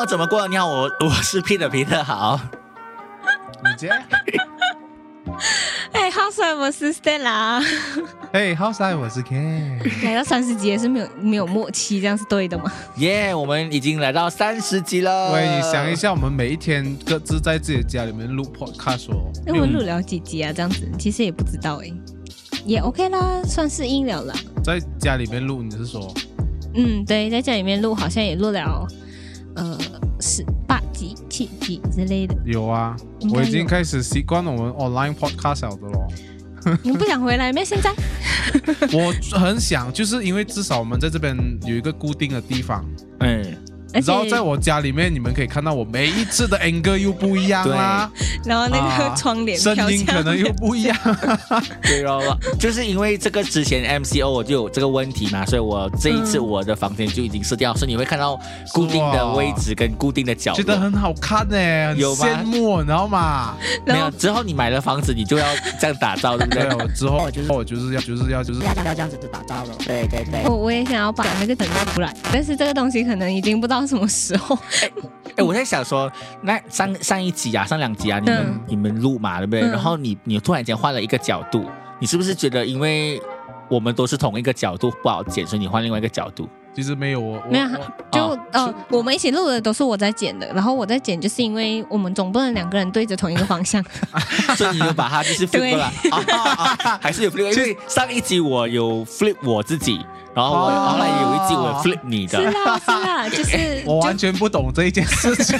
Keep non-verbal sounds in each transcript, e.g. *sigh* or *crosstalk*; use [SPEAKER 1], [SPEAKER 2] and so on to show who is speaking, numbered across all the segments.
[SPEAKER 1] 我怎么过得你好，我我是 Peter 皮特好，
[SPEAKER 2] 你接。
[SPEAKER 3] *laughs* 哎，How's I？我是 Stella。啊
[SPEAKER 2] 嘿、h o w s I？我是 Ken。
[SPEAKER 3] *laughs* 来到三十集也是没有没有默契，这样是对的 *laughs* 吗？
[SPEAKER 1] 耶、我们已经来到三十集
[SPEAKER 3] 呃
[SPEAKER 1] 了。
[SPEAKER 2] 喂，你想一，下，我们每一天各自在自己的家里面录 podcast 哦。
[SPEAKER 3] 那我们录了几集啊？这样子其实也不知道哎、也 OK 啦，算是音疗啦。
[SPEAKER 2] 在家里面录，你是说
[SPEAKER 3] 嗯，对，在家里面录好像也录了呃十八集、七集之类 *laughs* 的。
[SPEAKER 2] 有啊
[SPEAKER 3] 应？该
[SPEAKER 2] 我已经
[SPEAKER 3] 有
[SPEAKER 2] 开始习惯了我们 online podcast 了的
[SPEAKER 3] *laughs*
[SPEAKER 2] 咯。
[SPEAKER 3] 你不想回来咩？现在？
[SPEAKER 2] 我很想，就是因为至少我们在这边有一个固定的地方，
[SPEAKER 1] 嗯，
[SPEAKER 3] *laughs* 而且
[SPEAKER 2] 然后在我家里面，你们可以看到我每一次的 angle 又不一样啦，
[SPEAKER 3] 然后那
[SPEAKER 2] 啊
[SPEAKER 3] 个窗帘
[SPEAKER 2] 声
[SPEAKER 3] 飘
[SPEAKER 2] 音
[SPEAKER 3] 下
[SPEAKER 2] 可能
[SPEAKER 3] 来
[SPEAKER 2] 又不一样。啊
[SPEAKER 3] *laughs*
[SPEAKER 1] 对哦， *laughs* 就是因为这个之前 MCO 我就有这个问题嘛，所以我这一次
[SPEAKER 3] 嗯
[SPEAKER 1] 我的房间就已经设掉，所以你会看到固定
[SPEAKER 2] 是
[SPEAKER 1] 的
[SPEAKER 2] 哇
[SPEAKER 1] 位置跟固定的角
[SPEAKER 2] 觉得
[SPEAKER 1] 落。
[SPEAKER 2] 很好看呢、很
[SPEAKER 1] 有吗
[SPEAKER 2] 羡慕，你知道吗？
[SPEAKER 1] 没
[SPEAKER 3] 然
[SPEAKER 1] 有，
[SPEAKER 3] 后
[SPEAKER 1] 之后你买了房子，你就要这样打造，对不
[SPEAKER 2] *laughs* 对，
[SPEAKER 1] 对？
[SPEAKER 2] 我之后我就是要就是要就是
[SPEAKER 4] 要要这样子就打造了。对对对。
[SPEAKER 3] 我我也想要把那个整理出来，但是这个东西可能已经不知道什么时候。
[SPEAKER 1] 哎，我在想说，那上上一集啊，上两集啊，你们、
[SPEAKER 3] 嗯
[SPEAKER 1] 你们录嘛，对不对？
[SPEAKER 3] 嗯
[SPEAKER 1] 然后你你突然间换了一个角度，你是不是觉得因为我们都是同一个角度不好剪，所以你换另外一个角
[SPEAKER 3] *laughs*
[SPEAKER 1] 度？
[SPEAKER 2] 其实没有我我
[SPEAKER 3] 没有
[SPEAKER 2] 我
[SPEAKER 3] 就、
[SPEAKER 1] 哦
[SPEAKER 3] 呃，我们一起录的都是我在剪的，然后我在剪，就是因为我们总不能两个人对着同一个方向。
[SPEAKER 1] 所以你就把它就是 flip
[SPEAKER 3] 对
[SPEAKER 1] 过来， *laughs* 啊啊啊还是有 flip？因为上一集我有 flip 我自己，然后我
[SPEAKER 2] 哦
[SPEAKER 1] 后来有一集我有 flip 你
[SPEAKER 3] *laughs* 是
[SPEAKER 1] 的，
[SPEAKER 3] *laughs* 啦是啦，就是
[SPEAKER 2] *laughs* 我
[SPEAKER 3] 就
[SPEAKER 2] 完全不懂这一件事
[SPEAKER 3] *laughs*
[SPEAKER 2] 情。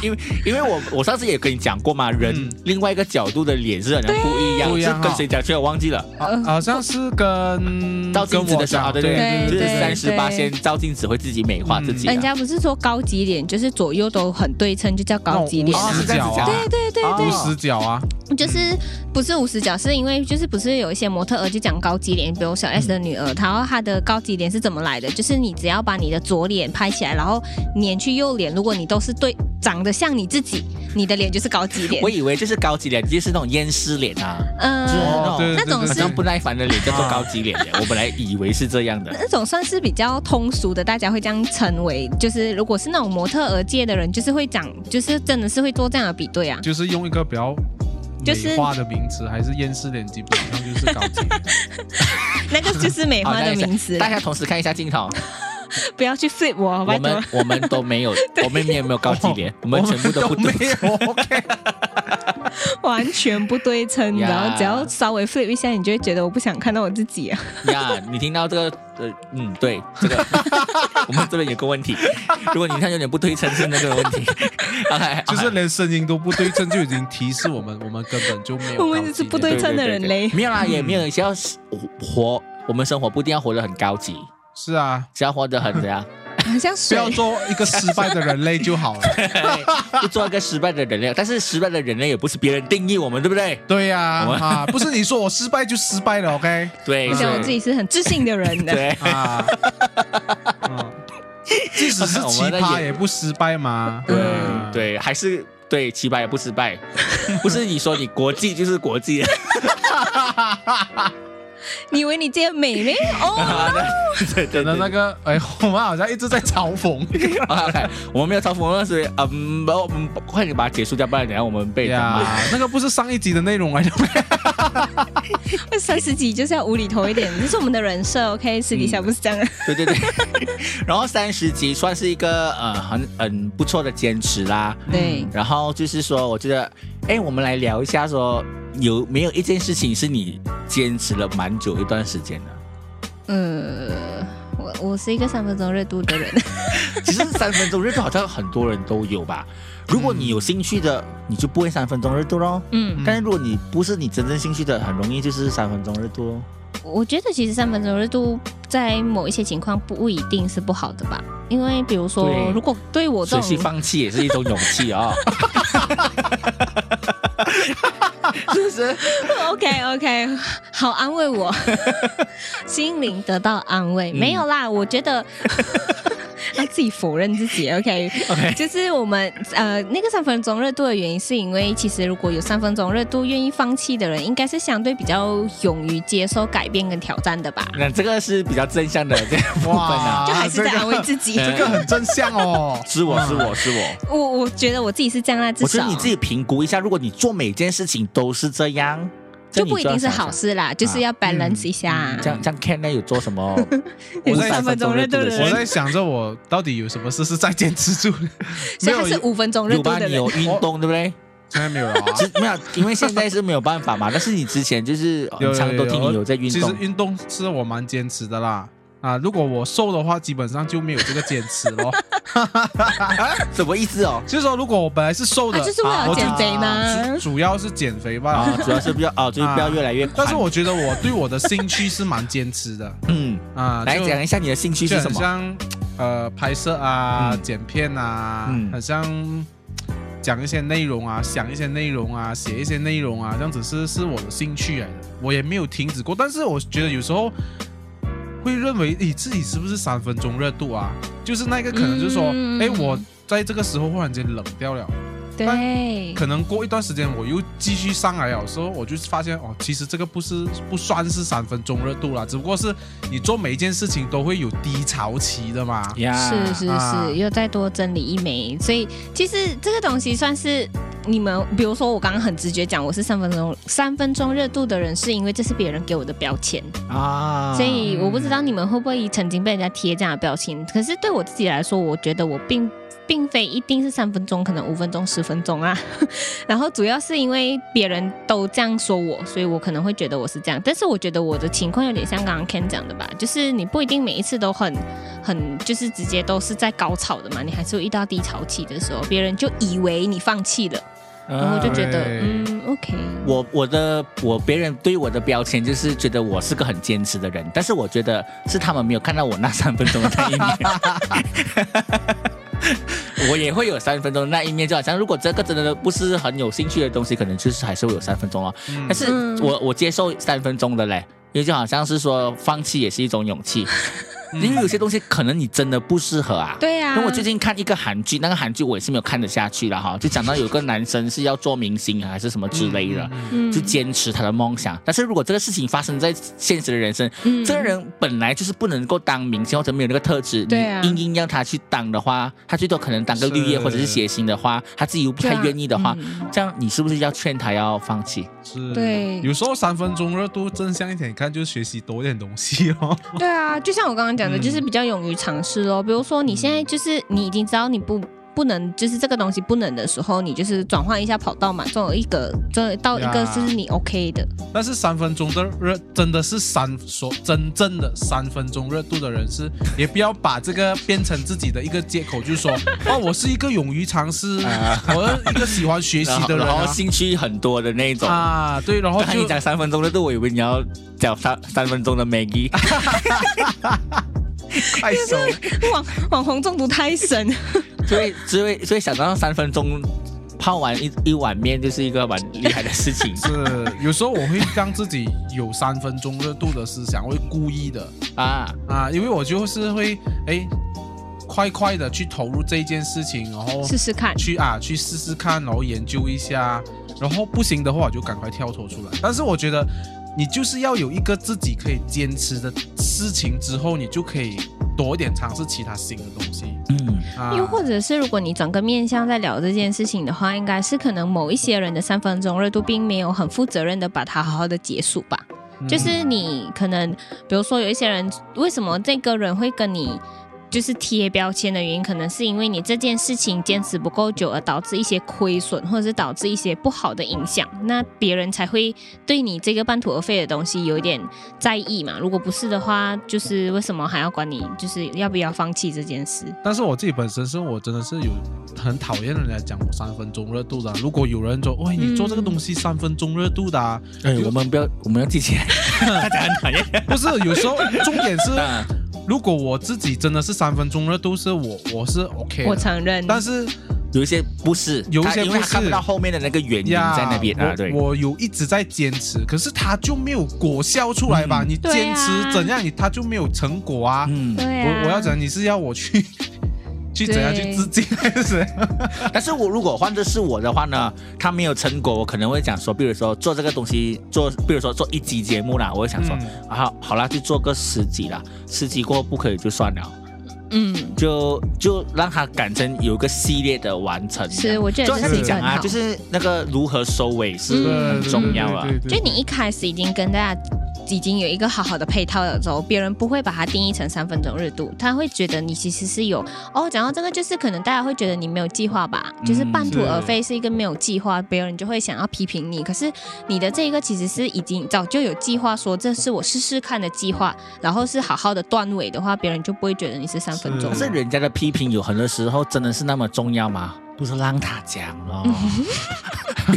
[SPEAKER 1] 因为因为我我上次也跟你讲过嘛，人
[SPEAKER 2] 嗯
[SPEAKER 1] 另外一个角度的脸是很不一样，
[SPEAKER 2] 不一
[SPEAKER 1] 是
[SPEAKER 2] 样
[SPEAKER 1] 跟
[SPEAKER 2] 哦
[SPEAKER 1] 谁讲去了我忘记
[SPEAKER 3] 呃
[SPEAKER 1] 了。
[SPEAKER 2] 好好像是跟
[SPEAKER 1] 照镜
[SPEAKER 2] 嗯跟
[SPEAKER 1] 子
[SPEAKER 2] 我
[SPEAKER 1] 的时候，
[SPEAKER 2] 讲
[SPEAKER 1] 啊对
[SPEAKER 2] 对
[SPEAKER 3] 对
[SPEAKER 1] 就是
[SPEAKER 3] 对
[SPEAKER 1] 三
[SPEAKER 3] 对嗯
[SPEAKER 1] 十八先照镜子会自己美化自
[SPEAKER 2] 啊
[SPEAKER 1] 己的。啊
[SPEAKER 3] 人家不是说高级脸就是左右都很对称，就叫
[SPEAKER 2] 那
[SPEAKER 3] 高
[SPEAKER 2] 种
[SPEAKER 3] 级脸。
[SPEAKER 1] 哦
[SPEAKER 2] 无死角啊，
[SPEAKER 3] 对对对对
[SPEAKER 2] 无死角啊，
[SPEAKER 3] 就是不是五十角，是因为就是不是有一些模特儿就讲高级脸，比
[SPEAKER 2] 嗯
[SPEAKER 3] 如小 S 的女儿，然后她的高级脸是怎么来的？就是你只要把你的左脸拍起来，然后捻去右脸，如果你都是对长得像你自己，你的脸就是高级脸
[SPEAKER 1] 我。以为就是高级脸，就是那种厌世脸啊，
[SPEAKER 3] 嗯、
[SPEAKER 1] 就是那
[SPEAKER 2] 哦
[SPEAKER 1] 种
[SPEAKER 2] 对对
[SPEAKER 3] 那种
[SPEAKER 2] 对
[SPEAKER 1] 好
[SPEAKER 2] 对
[SPEAKER 3] 是
[SPEAKER 1] 像不耐烦的脸叫做高级脸耶。我本来以为是这样的，
[SPEAKER 3] 那种算是比较通俗的，大家会这样称为，就是如果是那种模特儿界的人，就是会讲，就是真的是会做这样的比对啊。
[SPEAKER 2] 就是用一个比较
[SPEAKER 3] 就是
[SPEAKER 2] 美化的名词，还是厌世脸，基本上就是高级。
[SPEAKER 3] 那个就是美化
[SPEAKER 1] 好
[SPEAKER 3] 的
[SPEAKER 1] 等一下
[SPEAKER 3] 名词，
[SPEAKER 1] 大家同时看一下镜头，
[SPEAKER 3] 不要去 flip 我，好吧
[SPEAKER 1] 我？们我们都没有，我们也没有高级脸， *laughs* 我们全部都不
[SPEAKER 2] 没
[SPEAKER 1] 对。
[SPEAKER 2] 有 OK，
[SPEAKER 3] 完全不对 *laughs* 称，
[SPEAKER 1] 呀
[SPEAKER 3] 然后只要稍微 flip 一下，你就会觉得我不想看到我自己啊。
[SPEAKER 1] *laughs* 呀你听到这个，呃，嗯，对，这个 *laughs* 我们这边有个问题，如果你看有点不对称，是那个问题。OK， *laughs*
[SPEAKER 2] 就是连声音都不对称，就已经提示我们，我们根本就没有高级脸。
[SPEAKER 3] *laughs* 我们就是不对称的人类。
[SPEAKER 1] 没有啦，也没有需要活，我们生活不一定要活得很高级，
[SPEAKER 2] 是啊，
[SPEAKER 1] 只要活得很怎
[SPEAKER 3] *laughs*
[SPEAKER 1] 样，
[SPEAKER 3] *laughs* 好像
[SPEAKER 2] 不
[SPEAKER 3] 水
[SPEAKER 2] 要做一个失败的人类就
[SPEAKER 1] *laughs*
[SPEAKER 2] 好了。
[SPEAKER 1] 就做一个失败的人类。但是失败的人类也不是别人定义我们，对不对？
[SPEAKER 2] 对呀、
[SPEAKER 1] 我们
[SPEAKER 2] 啊，不是你说我失败就失败了，OK？
[SPEAKER 1] 对，
[SPEAKER 3] 我想我
[SPEAKER 1] 对
[SPEAKER 3] 自己是很自信的人 *laughs* 的。
[SPEAKER 1] 对。
[SPEAKER 2] 啊，嗯，即使是奇
[SPEAKER 1] 我们的
[SPEAKER 2] 葩
[SPEAKER 1] 眼
[SPEAKER 2] 也不失败嘛。
[SPEAKER 3] 对
[SPEAKER 2] 嗯，
[SPEAKER 1] 对，还是对，起码也不失败， *laughs* 不是你说你国际就是国际，
[SPEAKER 3] 你以为你这美妹哦？
[SPEAKER 1] *laughs* 对对
[SPEAKER 2] 可能
[SPEAKER 1] 对
[SPEAKER 2] 那个，哎，我们好像一直在嘲讽。
[SPEAKER 1] OK，我们没有嘲讽，我们是嗯，我们快点把它结束掉，不然等下我们被人家骂。
[SPEAKER 2] 呀，那个不是上一集的内容来的吗？
[SPEAKER 3] 三十几就是要无厘头一点，这是我们的人 *laughs* 设，OK？私底下不是这样啊的。
[SPEAKER 1] 对对对， *laughs* 然后三十集算是一个呃很很不错的坚持啦。
[SPEAKER 3] 对，
[SPEAKER 1] 然后就是说，我觉得，哎，我们来聊一下说，有没有一件事情是你坚持了蛮久一段时间的？
[SPEAKER 3] 呃，我我是一个三分钟热度的人，
[SPEAKER 1] 其实三分钟热度好像很多人都有
[SPEAKER 3] *laughs*
[SPEAKER 1] 吧。如果你有兴趣的，你就不会三分钟热度咯。
[SPEAKER 3] 嗯。
[SPEAKER 1] 但是如果你不是你真正兴趣的，很容易就是三分钟热度咯。
[SPEAKER 3] 我觉得其实三分钟热度在某一些情况不一定是不好的吧，因为比如说
[SPEAKER 1] 对，
[SPEAKER 3] 如果对我这
[SPEAKER 1] 随时
[SPEAKER 3] *laughs* 种
[SPEAKER 1] 放弃也是一种勇气
[SPEAKER 3] *laughs*
[SPEAKER 1] 啊、是不是？
[SPEAKER 3] OK OK，好安慰 *laughs*
[SPEAKER 1] 嗯 *laughs*
[SPEAKER 3] 我，心灵得到安慰。没有啦，我觉得他啊自己否认自己。OK，
[SPEAKER 1] OK，
[SPEAKER 3] 就是我们呃那个三分钟热度的原因，是因为其实如果有三分钟热度，愿意放弃的人，应该是相对比较勇于接受改变跟挑战的吧。
[SPEAKER 1] 那这个是比较正向的这个部分啊。
[SPEAKER 2] 哇
[SPEAKER 3] 就还是在
[SPEAKER 2] 这个
[SPEAKER 3] 安慰自
[SPEAKER 1] *laughs*
[SPEAKER 3] 己。
[SPEAKER 1] 这
[SPEAKER 2] 这个很真相哦。？
[SPEAKER 1] 是我是我是我，
[SPEAKER 3] 我我觉得我自己是这样啦，至
[SPEAKER 1] 我觉得
[SPEAKER 3] 少
[SPEAKER 1] 你自己评估一下，如果你做每件事情都是这样，这
[SPEAKER 3] 就
[SPEAKER 1] 你
[SPEAKER 3] 不一定是
[SPEAKER 1] 要想
[SPEAKER 3] 好事啦，就是要 balance 一下。啊
[SPEAKER 1] 这样这样 Ken 呢有做什么
[SPEAKER 2] 我在
[SPEAKER 1] 三分钟热度的
[SPEAKER 2] 我
[SPEAKER 1] 事，
[SPEAKER 2] 在想着我到底有什么事是在坚持住的，
[SPEAKER 3] 所以他是五分钟热
[SPEAKER 1] 有
[SPEAKER 3] 度
[SPEAKER 1] 吧？
[SPEAKER 3] 哦的
[SPEAKER 1] 你
[SPEAKER 3] 人
[SPEAKER 1] 有。运动对不对？
[SPEAKER 2] 从来没有了啊。
[SPEAKER 3] *laughs*
[SPEAKER 1] 其实没有，因为现在是没有办法嘛。但是你之前就是呃
[SPEAKER 2] 有
[SPEAKER 1] 很常都听你有在运
[SPEAKER 2] 其实
[SPEAKER 1] 动，
[SPEAKER 2] 运动是我蛮坚持的啦。啊，如果我瘦的话，基本上就没有这个坚持咯。
[SPEAKER 1] 什么意思哦？
[SPEAKER 2] 就是说，如果我本来是瘦的，
[SPEAKER 3] 他就是为
[SPEAKER 1] 啊
[SPEAKER 3] 了
[SPEAKER 1] 我知
[SPEAKER 3] 减肥
[SPEAKER 2] 啊
[SPEAKER 3] 吗
[SPEAKER 2] 主？主要是减肥吧。 *laughs*
[SPEAKER 1] 啊，主要是比较哦，就是不要越来越宽。
[SPEAKER 2] 但是我觉得我对我的兴趣是蛮坚持的
[SPEAKER 1] 嗯，
[SPEAKER 2] 啊。
[SPEAKER 1] *laughs* 来
[SPEAKER 2] 就
[SPEAKER 1] 讲一下你的兴趣是
[SPEAKER 2] 就
[SPEAKER 1] 什
[SPEAKER 2] 很
[SPEAKER 1] 么？
[SPEAKER 2] 像呃拍摄啊、
[SPEAKER 1] 嗯
[SPEAKER 2] 剪片啊，
[SPEAKER 1] 嗯
[SPEAKER 2] 很像讲一些内容啊、想一些内容啊、写一些内容啊，这样子是是我的兴趣来的，我也没有停止过。但是我觉得有时候会认为，你自己是不是三分钟热度啊？就是那个可能就是说，
[SPEAKER 3] 嗯
[SPEAKER 2] 哎、我在这个时候忽然间冷掉了，
[SPEAKER 3] 对，
[SPEAKER 2] 可能过一段时间我又继续上来了，时候我就发现哦，其实这个不是不算是三分钟热度啦，只不过是你做每一件事情都会有低潮期的嘛。
[SPEAKER 1] 呀
[SPEAKER 3] 是是
[SPEAKER 2] 啊
[SPEAKER 3] 是，又再多整理一枚。所以其实这个东西算是你们，比如说我刚刚很直觉讲我是三分钟三分钟热度的人，是因为这是别人给我的标签。
[SPEAKER 1] 啊，
[SPEAKER 3] 所以我不知道你们会不会曾经被人家贴这样的标签，可是对我自己来说，我觉得我并并非一定是三分钟，可能五分钟、十分钟啊。 *laughs* 然后主要是因为别人都这样说我，所以我可能会觉得我是这样。但是我觉得我的情况有点像刚刚 Ken 讲的吧，就是你不一定每一次都很很就是直接都是在高潮的嘛，你还是会遇到低潮期的时候，别人就以为你放弃了，然后就觉
[SPEAKER 1] 啊
[SPEAKER 3] 得
[SPEAKER 1] 哎
[SPEAKER 2] 对
[SPEAKER 3] 嗯 OK，
[SPEAKER 1] 呃我我的我别人对我的标签就是觉得我是个很坚持的人，但是我觉得是他们没有看到我那三分钟的那一面。
[SPEAKER 2] *laughs*
[SPEAKER 1] 我也会有三分钟的那一面，就好像如果这个真的不是很有兴趣的东西，可能就是还是会有三分钟哦。
[SPEAKER 2] 嗯
[SPEAKER 1] 但是
[SPEAKER 3] 嗯
[SPEAKER 1] 我我接受三分钟的嘞，因为就好像是说放弃也是一种勇气，
[SPEAKER 2] 嗯
[SPEAKER 1] 因为有些东西可能你真的不适合啊。
[SPEAKER 3] 对啊，
[SPEAKER 1] 因为我最近看一个韩剧，那个韩剧我也是没有看得下去了哈，就讲到有个男生是要做明星啊还是什么之类的，
[SPEAKER 2] 嗯
[SPEAKER 3] 嗯
[SPEAKER 1] 就坚持他的梦想。但是如果这个事情发生在现实的人生，
[SPEAKER 3] 嗯
[SPEAKER 1] 这个人本来就是不能够当明星或者没有那个特质，
[SPEAKER 3] 对啊
[SPEAKER 1] 你硬硬让他去当的话，他最多可能当个绿叶
[SPEAKER 2] 是
[SPEAKER 1] 或者是谐星的话，他自己又不太愿意的话，
[SPEAKER 3] 对啊嗯
[SPEAKER 1] 这样你是不是要劝他要放弃？
[SPEAKER 2] 是
[SPEAKER 3] 对
[SPEAKER 2] 有时候三分钟热度正向一点看，就是学习多一点东西哦。
[SPEAKER 3] *laughs* 对啊，就像我刚刚讲的，
[SPEAKER 2] 嗯
[SPEAKER 3] 就是比较勇于尝试咯。比如说你现在就是你已经知道你不。不能就是这个东西不能的时候，你就是转换一下跑道嘛，总有一个，总有到一个
[SPEAKER 2] 呀
[SPEAKER 3] 是你 OK 的。 *laughs*
[SPEAKER 2] 但是三分钟的热真的是三所真正的三分钟热度的人是，也不要把这个变成自己的一个借口，就是说哦，我是一个勇于尝试，我是一个喜欢学习
[SPEAKER 1] 然后
[SPEAKER 2] 的人
[SPEAKER 1] 然
[SPEAKER 2] 啊
[SPEAKER 1] 后兴趣很多的那一种。
[SPEAKER 2] 啊，对，然后
[SPEAKER 1] 我看你
[SPEAKER 2] 就
[SPEAKER 1] 讲三分钟热度，我以为你要讲三三分钟的
[SPEAKER 2] *laughs*
[SPEAKER 1] Maggie，
[SPEAKER 2] 太熟了，
[SPEAKER 3] 网网红中毒太
[SPEAKER 2] *laughs*
[SPEAKER 3] 深，
[SPEAKER 2] 哦
[SPEAKER 1] 所以所以所以想到三分钟泡完一一碗面就是一个蛮厉害的事
[SPEAKER 2] *laughs*
[SPEAKER 1] 情
[SPEAKER 2] 是有时候我会让自己有三分钟热度的思想，我会故意的
[SPEAKER 1] 啊。
[SPEAKER 2] 啊，因为我就是会哎，快快的去投入这一件事情，然后
[SPEAKER 3] 试试看。
[SPEAKER 2] 去啊去试试看，然后研究一下，然后不行的话我就赶快跳脱出来。但是我觉得你就是要有一个自己可以坚持的事情之后，你就可以多一点尝试其他新的东西
[SPEAKER 1] 嗯，
[SPEAKER 2] 啊。
[SPEAKER 3] 又或者是，如果你转个面向在聊这件事情的话，应该是可能某一些人的三分钟热度并没有很负责任的把它好好的结束吧。
[SPEAKER 2] 嗯啊
[SPEAKER 3] 就是你可能，比如说有一些人，为什么这个人会跟你就是贴标签的原因，可能是因为你这件事情坚持不够久而导致一些亏损，或者是导致一些不好的影响，那别人才会对你这个半途而废的东西有一点在意嘛。如果不是的话，就是为什么还要管你，就是要不要放弃这件事？
[SPEAKER 2] 但是我自己本身是我真的是有很讨厌人家讲我三分钟热度的啊、如果有人说，喂，你做这个东西三分钟热度的、啊，
[SPEAKER 1] 哎，我们不要，我们要记起
[SPEAKER 2] *laughs*
[SPEAKER 1] 来，大家很讨厌。
[SPEAKER 2] 不是有时候重点是，
[SPEAKER 1] *laughs* 啊
[SPEAKER 2] 如果我自己真的是三分钟热度，是我我是
[SPEAKER 1] *laughs*
[SPEAKER 2] OK
[SPEAKER 3] 我
[SPEAKER 2] 的，
[SPEAKER 3] 承认，
[SPEAKER 2] 但是
[SPEAKER 1] 有一些不是，
[SPEAKER 2] 有一些
[SPEAKER 1] 他因为
[SPEAKER 2] 不
[SPEAKER 1] 他
[SPEAKER 2] 是
[SPEAKER 1] 看不到后面的那个原因
[SPEAKER 2] 呀，
[SPEAKER 1] 在那边啊，对，
[SPEAKER 2] 我我有一直在坚持，可是他就没有果效出来吧？
[SPEAKER 1] 嗯
[SPEAKER 2] 你
[SPEAKER 3] 对
[SPEAKER 2] 坚
[SPEAKER 3] 啊
[SPEAKER 2] 持怎样，你他就没有成果啊。
[SPEAKER 1] 嗯，
[SPEAKER 3] 对啊，
[SPEAKER 2] 我我要讲，你是要我去 *laughs* 去怎样
[SPEAKER 3] 对
[SPEAKER 2] 去致敬， *laughs* 还是怎样
[SPEAKER 1] 但是我如果换的是我的话呢，他没有成果，我可能会讲说，比如说做这个东西，做比如说做一集节目啦，我会想说，
[SPEAKER 2] 嗯
[SPEAKER 1] 啊好好啦，就做个十集啦，十集过后不可以就算了，
[SPEAKER 3] 嗯，
[SPEAKER 1] 就就让它改成有一个系列的完成。
[SPEAKER 3] 是，我觉
[SPEAKER 1] 就
[SPEAKER 3] 得这
[SPEAKER 1] 像
[SPEAKER 3] 是一
[SPEAKER 1] 你
[SPEAKER 3] 个
[SPEAKER 1] 讲
[SPEAKER 3] 很
[SPEAKER 1] 啊，
[SPEAKER 3] 好。嗯
[SPEAKER 1] 就是那个如何收尾是
[SPEAKER 2] 对
[SPEAKER 1] 很重要啊
[SPEAKER 2] 对。对对
[SPEAKER 3] 就
[SPEAKER 2] 对
[SPEAKER 3] 你一开始已经跟大家已经有一个好好的配套了之后，别人不会把它定义成三分钟热度，他会觉得你其实是有哦。讲到这个，就是可能大家会觉得你没有计划吧，
[SPEAKER 1] 嗯
[SPEAKER 3] 就是半途
[SPEAKER 2] 是
[SPEAKER 3] 而废是一个没有计划，别人就会想要批评你。可是你的这一个其实是已经早就有计划说，这是我试试看的计划，然后是好好的断尾的话，别人就不会觉得你是三分钟
[SPEAKER 1] 可。是人家的批评有很多时候真的是那么重要吗？不是让他讲咯。 *laughs*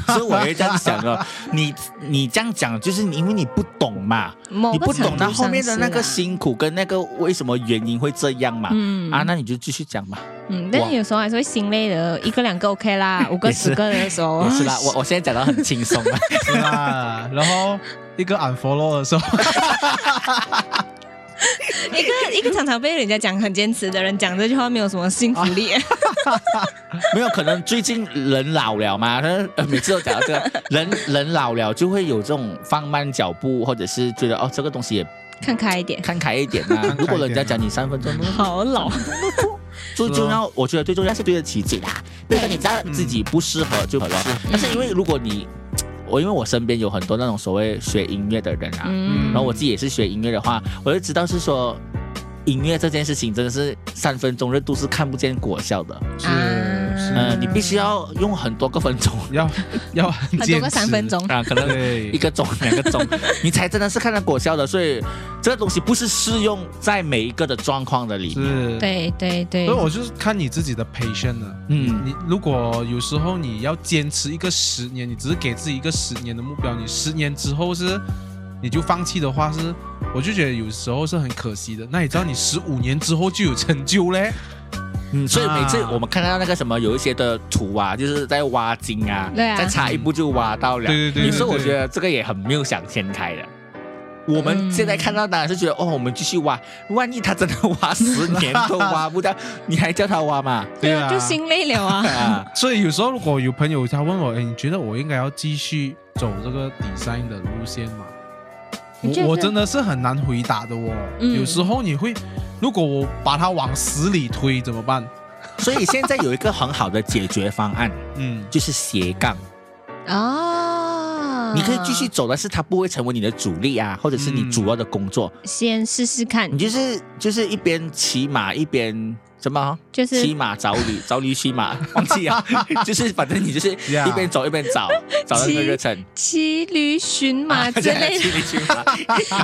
[SPEAKER 1] 所以我也这样想哦，你你这样讲就是你因为你不懂嘛，
[SPEAKER 3] 某
[SPEAKER 1] 你
[SPEAKER 3] 哦个
[SPEAKER 1] 不
[SPEAKER 3] 程
[SPEAKER 1] 懂
[SPEAKER 3] 度
[SPEAKER 1] 那
[SPEAKER 3] 上啊
[SPEAKER 1] 后面的那个
[SPEAKER 3] 是啦
[SPEAKER 1] 辛苦跟那个为什么原因会这样嘛。
[SPEAKER 3] 嗯
[SPEAKER 1] 啊，那你就继续讲吧。
[SPEAKER 3] 嗯，但
[SPEAKER 1] 哇
[SPEAKER 3] 是有时候还是会心累的，一个两个 OK 啦，五个
[SPEAKER 1] 也是
[SPEAKER 3] 十个的时候啊
[SPEAKER 1] 也是啦，我我现在讲到很轻松啊
[SPEAKER 3] *laughs*
[SPEAKER 1] 了。
[SPEAKER 2] 是啦，然后一个 unfollow 的时候，
[SPEAKER 3] 一个一个常常被人家讲很坚持的人讲这句话没有什么幸福力，
[SPEAKER 1] 啊没有，可能最近人老了嘛，他呃每次都讲到这个， *laughs* 人人老了就会有这种放慢脚步，或者是觉得哦这个东西也
[SPEAKER 3] *laughs* 看开一点，
[SPEAKER 1] 看开一点
[SPEAKER 3] *laughs*
[SPEAKER 1] 啊。
[SPEAKER 2] 看开一点啊
[SPEAKER 1] 如果人家讲你三分钟，
[SPEAKER 3] 好老。
[SPEAKER 1] 最重要，我觉得最重要是对得起自己啦。比如说
[SPEAKER 3] 嗯
[SPEAKER 1] 你知道自己不适合就好了，但是因为如果你我因为我身边有很多那种所谓学音乐的人啊，
[SPEAKER 3] 嗯
[SPEAKER 1] 然后我自己也是学音乐的话，我就知道是说。音乐这件事情真的是三分钟热度是看不见果效的，
[SPEAKER 2] 是是
[SPEAKER 1] 嗯、你必须要用很多个分钟
[SPEAKER 2] 要要很
[SPEAKER 3] 很多
[SPEAKER 2] 坚
[SPEAKER 3] 个
[SPEAKER 2] 持，
[SPEAKER 3] 三分钟，
[SPEAKER 1] *laughs* 啊，可能 *laughs*
[SPEAKER 2] 对
[SPEAKER 1] 一，个钟、两个钟，你才真的是看到果效的。所以这个东西不是适用在每一个的状况的里面。
[SPEAKER 2] 是，
[SPEAKER 3] 对对对
[SPEAKER 2] 所以，我就是看你自己的 patient 了。
[SPEAKER 1] 嗯
[SPEAKER 2] 你如果有时候你要坚持一个十年，你只是给自己一个十年的目标，你十年之后是你就放弃的话是，我就觉得有时候是很可惜的。那你知道你十五年之后就有成就嘞？ *laughs*
[SPEAKER 1] 嗯，所以每次
[SPEAKER 2] 啊
[SPEAKER 1] 我们看到那个什么有一些的图啊，就是在挖金啊，
[SPEAKER 3] 对啊
[SPEAKER 1] 再差一步就挖到了。
[SPEAKER 2] 对对对
[SPEAKER 1] 有时候
[SPEAKER 2] 对
[SPEAKER 1] 我
[SPEAKER 2] 对
[SPEAKER 1] 觉得这个也很谬想天开的。我们
[SPEAKER 3] 嗯
[SPEAKER 1] 现在看到当然是觉得、哦，我们继续挖，万一他真的挖十年都挖不掉，你还叫他挖吗？
[SPEAKER 3] 对
[SPEAKER 2] 啊
[SPEAKER 3] 啊，就心累了啊。
[SPEAKER 1] *laughs* 啊，
[SPEAKER 2] 所以有时候如果有朋友他问我，哎，你觉得我应该要继续走这个 design 的路线吗？
[SPEAKER 3] 你觉得
[SPEAKER 2] 我我真的是很难回答的哦。
[SPEAKER 3] 嗯
[SPEAKER 2] 有时候你会，如果我把它往死里推怎么办？
[SPEAKER 1] 所以现在有一个很好的解决方案，
[SPEAKER 2] 嗯，
[SPEAKER 3] *laughs*
[SPEAKER 1] 就是斜杠。
[SPEAKER 3] 哦，
[SPEAKER 1] 你可以继续走，但是它不会成为你的主力啊，或者是你
[SPEAKER 2] 嗯
[SPEAKER 1] 主要的工作。
[SPEAKER 3] 先试试看
[SPEAKER 1] 你，就是就是一边骑马一边什么？啊
[SPEAKER 3] 就是
[SPEAKER 1] 骑马找驴， *laughs* 找驴骑马，忘记
[SPEAKER 3] *laughs*
[SPEAKER 1] 啊，就是反正你就是
[SPEAKER 2] Yeah
[SPEAKER 1] 一边走一边找，找到那个热忱。
[SPEAKER 3] 骑驴寻马
[SPEAKER 1] 啊 *laughs*
[SPEAKER 3] 之类
[SPEAKER 1] 骑驴骑马，
[SPEAKER 3] 的，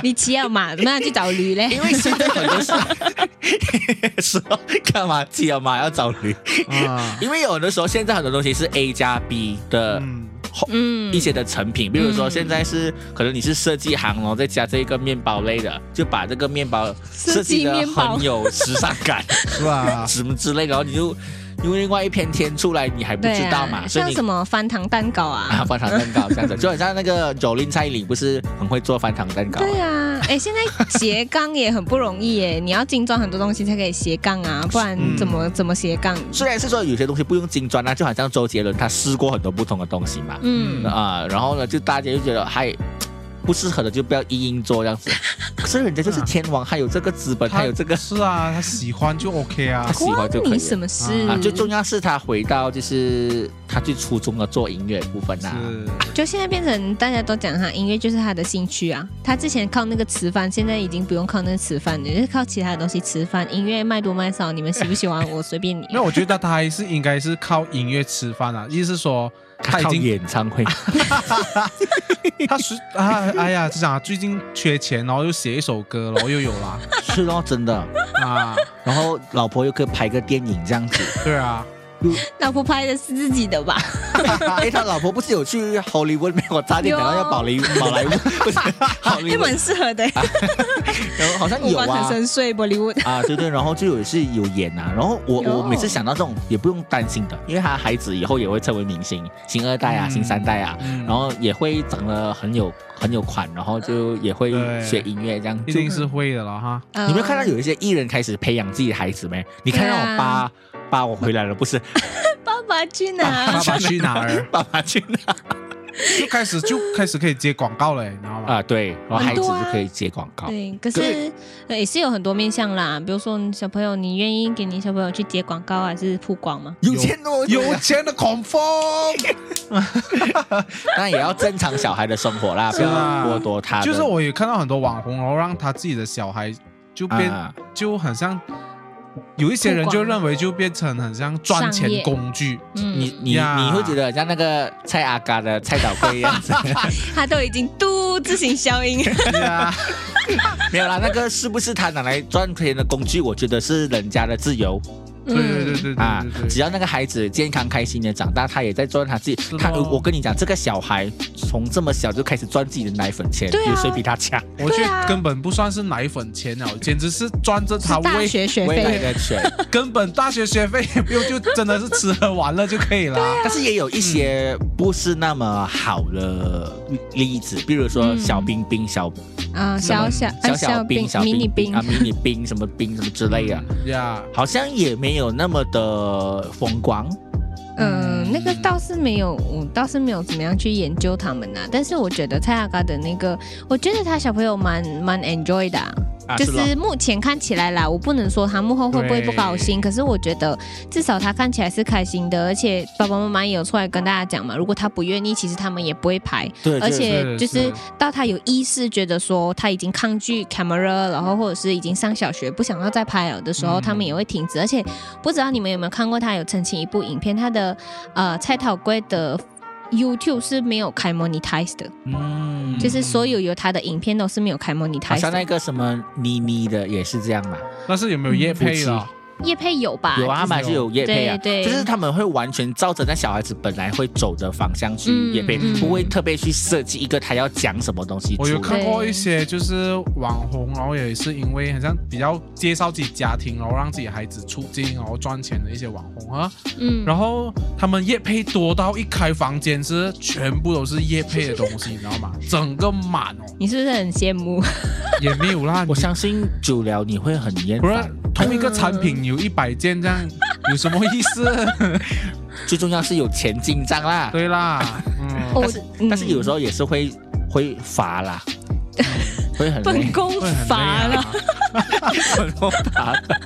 [SPEAKER 3] *laughs* 你骑了马，怎么样去找驴嘞？
[SPEAKER 1] *laughs* 因为现在很多时候 *laughs* 说干嘛骑了马要找
[SPEAKER 3] *laughs*
[SPEAKER 1] 驴，
[SPEAKER 2] 啊，
[SPEAKER 1] 因为有的时候现在很多东西是 A 加 B 的
[SPEAKER 2] 嗯，
[SPEAKER 3] *laughs* 嗯
[SPEAKER 1] 一，些的成品，比如说
[SPEAKER 3] 嗯
[SPEAKER 1] 现在是、可能你是设计行，然后再加这一个面包类的，就把这个面包设
[SPEAKER 3] 设
[SPEAKER 1] 计
[SPEAKER 3] 计
[SPEAKER 1] 的
[SPEAKER 3] 面包
[SPEAKER 1] 很有时尚
[SPEAKER 3] *laughs*
[SPEAKER 1] 感，
[SPEAKER 2] 是
[SPEAKER 1] *laughs*
[SPEAKER 2] 吧？
[SPEAKER 1] 什么之类的，然后你就因为另外一篇天出来，你还不
[SPEAKER 3] 对
[SPEAKER 1] 知道嘛，
[SPEAKER 3] 啊，
[SPEAKER 1] 所以
[SPEAKER 3] 像
[SPEAKER 1] 你 *laughs*
[SPEAKER 3] 什。么翻糖蛋糕啊 *laughs*
[SPEAKER 1] 啊，，翻糖蛋糕这样子，就很像那个 Jolin 蔡依林不是很会做翻糖蛋糕啊、
[SPEAKER 3] 对啊，哎，现在斜杠也很不容易耶，你要精装很多东西才可以斜杠啊，不然
[SPEAKER 2] 嗯
[SPEAKER 3] 怎么怎么斜杠？
[SPEAKER 1] 虽然是说有些东西不用金砖啊，就好像周杰伦他试过很多不同的东西嘛，
[SPEAKER 3] 嗯
[SPEAKER 2] 嗯，
[SPEAKER 1] 啊、然后呢，就大家就觉得还不适合的就不要一应做这
[SPEAKER 3] *laughs*
[SPEAKER 1] 样子，可是人家就是
[SPEAKER 2] 啊
[SPEAKER 1] 天王，还有这个资本，还有这个
[SPEAKER 2] 是啊，他喜欢就 OK
[SPEAKER 1] *laughs*
[SPEAKER 2] 啊
[SPEAKER 1] 他。喜欢就可以
[SPEAKER 3] 关
[SPEAKER 1] 了
[SPEAKER 3] 你什么事？
[SPEAKER 1] 啊，最重要是他回到就是他最初衷的做音乐部分啊呐、
[SPEAKER 2] 是，
[SPEAKER 3] 就现在变成大家都讲他音乐就是他的兴趣啊，他之前靠那个吃饭，现在已经不用靠那个吃饭了，就是靠其他的东西吃饭。音乐卖多卖少，你们喜不喜欢我随便你。
[SPEAKER 2] 那我觉得他还是应该是靠音乐吃饭啊，意思是说
[SPEAKER 1] 他
[SPEAKER 2] 他已
[SPEAKER 1] 靠
[SPEAKER 2] 经
[SPEAKER 1] 演唱
[SPEAKER 3] *laughs*
[SPEAKER 1] 会，
[SPEAKER 2] 他是啊，哎呀，就想啊最近缺钱，然后又写一首歌，然后又有
[SPEAKER 3] *laughs*
[SPEAKER 2] 啦
[SPEAKER 1] 是咯，真的。
[SPEAKER 2] 啊，
[SPEAKER 1] 然后老婆又可以拍个电影这样子，
[SPEAKER 2] *laughs* 对啊，
[SPEAKER 3] 老婆拍的是自己的吧？
[SPEAKER 1] 哎，他老婆不是有去 Hollywood 吗？我差点想到要宝莱宝莱坞，不是
[SPEAKER 3] 也 *laughs*
[SPEAKER 1] Hollywood，
[SPEAKER 3] 蛮适合的，
[SPEAKER 1] 然后好像
[SPEAKER 3] 五
[SPEAKER 1] 有
[SPEAKER 3] 官
[SPEAKER 1] 啊
[SPEAKER 3] 很。深邃，玻璃 d
[SPEAKER 1] 啊，对对，然后就有是有演啊，然后我
[SPEAKER 3] 有
[SPEAKER 1] 我每次想到这种也不用担心的，因为他孩子以后也会成为明星，星二代啊，
[SPEAKER 2] 嗯
[SPEAKER 1] 星三代啊，
[SPEAKER 2] 嗯
[SPEAKER 1] 然后也会长得很有很有款，然后就也会
[SPEAKER 2] 对
[SPEAKER 1] 学音乐这样，
[SPEAKER 2] 一
[SPEAKER 1] 就
[SPEAKER 3] *laughs*
[SPEAKER 2] 定是会的了哈。
[SPEAKER 1] 啊你没有看到有一些艺人开始培养自己的孩子没？你看那
[SPEAKER 3] 对
[SPEAKER 1] 种
[SPEAKER 3] 啊
[SPEAKER 1] 八、爸，我回来了，不是
[SPEAKER 3] *laughs* 爸爸去哪
[SPEAKER 2] 爸？爸去哪儿
[SPEAKER 1] *laughs* 爸爸去哪
[SPEAKER 2] 就开始就开始可以接广告嘞，你知道吗？
[SPEAKER 1] 啊？对，我孩
[SPEAKER 3] 很
[SPEAKER 1] 子
[SPEAKER 3] 多啊
[SPEAKER 1] 就可以接广告。
[SPEAKER 3] 对，可是呃也是有很多面向啦，比如说你小朋友，你愿意给你小朋友去接广告啊还是曝光吗？
[SPEAKER 1] 有钱 *laughs* 哦，有
[SPEAKER 2] 有钱的孔风，
[SPEAKER 1] 那也要正常小孩的生活啦，不要剥夺他的。
[SPEAKER 2] 就是我也看到很多网红，然后让他自己的小孩就变、
[SPEAKER 1] 啊
[SPEAKER 2] 就很像，有一些人就认为就变成很像赚
[SPEAKER 3] 商
[SPEAKER 2] 钱
[SPEAKER 3] 业
[SPEAKER 2] 工具，
[SPEAKER 3] 嗯，
[SPEAKER 1] 你你
[SPEAKER 2] 呀
[SPEAKER 1] 你会觉得像那个蔡阿嘎的蔡导贵一 *laughs* 样子，
[SPEAKER 3] 他都已经嘟自行消音，
[SPEAKER 2] 对啊，
[SPEAKER 1] *laughs* 没有啦，那个是不是他拿来赚钱的工具？我觉得是人家的自由
[SPEAKER 2] 对对对对对
[SPEAKER 3] 嗯，
[SPEAKER 1] 啊
[SPEAKER 2] 对对，
[SPEAKER 1] 只要那个孩子健康开心的长大，他也在赚他自己。
[SPEAKER 2] 咯
[SPEAKER 1] 他我跟你讲，这个小孩从这么小就开始赚自己的奶粉钱，
[SPEAKER 3] 对啊
[SPEAKER 1] 有谁比他强？
[SPEAKER 2] 我觉
[SPEAKER 3] 对啊
[SPEAKER 2] 得根本不算是奶粉钱了，简直是赚着他
[SPEAKER 3] 是大
[SPEAKER 2] 未
[SPEAKER 3] 学学
[SPEAKER 1] 未来
[SPEAKER 3] 费，
[SPEAKER 1] 的钱，
[SPEAKER 2] 根本大学学费也不用，就真的是吃喝玩乐就可以了。
[SPEAKER 1] 但是也有一些不是那么好的例子，比如说
[SPEAKER 3] 嗯
[SPEAKER 1] 小冰冰、小
[SPEAKER 3] 啊，
[SPEAKER 2] 什么
[SPEAKER 3] 小小
[SPEAKER 1] 小
[SPEAKER 3] 啊
[SPEAKER 1] 小冰、小
[SPEAKER 3] 迷
[SPEAKER 1] 冰
[SPEAKER 3] 你冰
[SPEAKER 1] 冰啊、迷你冰什么冰什么之类的，啊
[SPEAKER 2] 呀，
[SPEAKER 1] 好像也没有那么的风光。
[SPEAKER 3] 嗯，那个倒是没有，我倒是没有怎么样去研究他们呐、啊但是我觉得蔡阿嘎的那个，我觉得他小朋友蛮蛮 enjoy 的啊、
[SPEAKER 1] 啊
[SPEAKER 3] 就
[SPEAKER 1] 咯
[SPEAKER 3] 是目前看起来啦，我不能说他幕后会不会不高兴，可是我觉得至少他看起来是开心的，而且爸爸妈妈也有出来跟大家讲嘛，如果他不愿意，其实他们也不会排，
[SPEAKER 1] 对，
[SPEAKER 3] 而
[SPEAKER 1] 就是
[SPEAKER 3] 且
[SPEAKER 2] 是
[SPEAKER 3] 就是
[SPEAKER 2] 是
[SPEAKER 3] 到他有意识觉得说他已经抗拒 camera，然后或者是已经上小学不想要再拍了的时候，
[SPEAKER 2] 嗯
[SPEAKER 3] 他们也会停止。而且不知道你们有没有看过，他有澄清一部影片，他的呃蔡桃贵的。YouTube 是没有开 monetize 的，
[SPEAKER 1] 嗯
[SPEAKER 3] 就是所有有他的影片都是没有开
[SPEAKER 1] 好
[SPEAKER 3] monetize
[SPEAKER 1] 像
[SPEAKER 3] 的。
[SPEAKER 1] 那个什么妮妮的也是这样嘛，
[SPEAKER 2] 但是有没有夜配了？
[SPEAKER 3] 叶配有吧？
[SPEAKER 1] 有啊，他们还是有叶配啊，
[SPEAKER 3] 对对
[SPEAKER 1] 就是他们会完全照着那小孩子本来会走的方向去叶配，
[SPEAKER 3] 嗯嗯
[SPEAKER 1] 不会特别去设计一个他要讲什么东西出
[SPEAKER 2] 我有
[SPEAKER 1] 来。
[SPEAKER 2] 看过一些就是网红，然后也是因为好像比较介绍自己家庭，然后让自己孩子出镜，然后赚钱的一些网红啊。
[SPEAKER 3] 嗯，
[SPEAKER 2] 然后他们夜配多到一开房间是全部都是夜配的东西，你知道吗？
[SPEAKER 3] *laughs*
[SPEAKER 2] 整个满哦，
[SPEAKER 3] 你是不是很羡慕？
[SPEAKER 2] 也没有啦。
[SPEAKER 1] 我相信久了你会很厌
[SPEAKER 2] 不然
[SPEAKER 1] 烦，
[SPEAKER 2] 同一个产品有一百件这样，有什么意思？
[SPEAKER 1] 最重要是有钱进账啦。
[SPEAKER 2] 对啦，嗯，
[SPEAKER 3] *laughs* 我
[SPEAKER 1] 但是哦但是有时
[SPEAKER 3] 候
[SPEAKER 1] 候也是会会乏啦，会很累啊
[SPEAKER 3] 本，宫
[SPEAKER 2] 会很累
[SPEAKER 3] 乏了
[SPEAKER 2] 啊。。
[SPEAKER 1] 很乏的。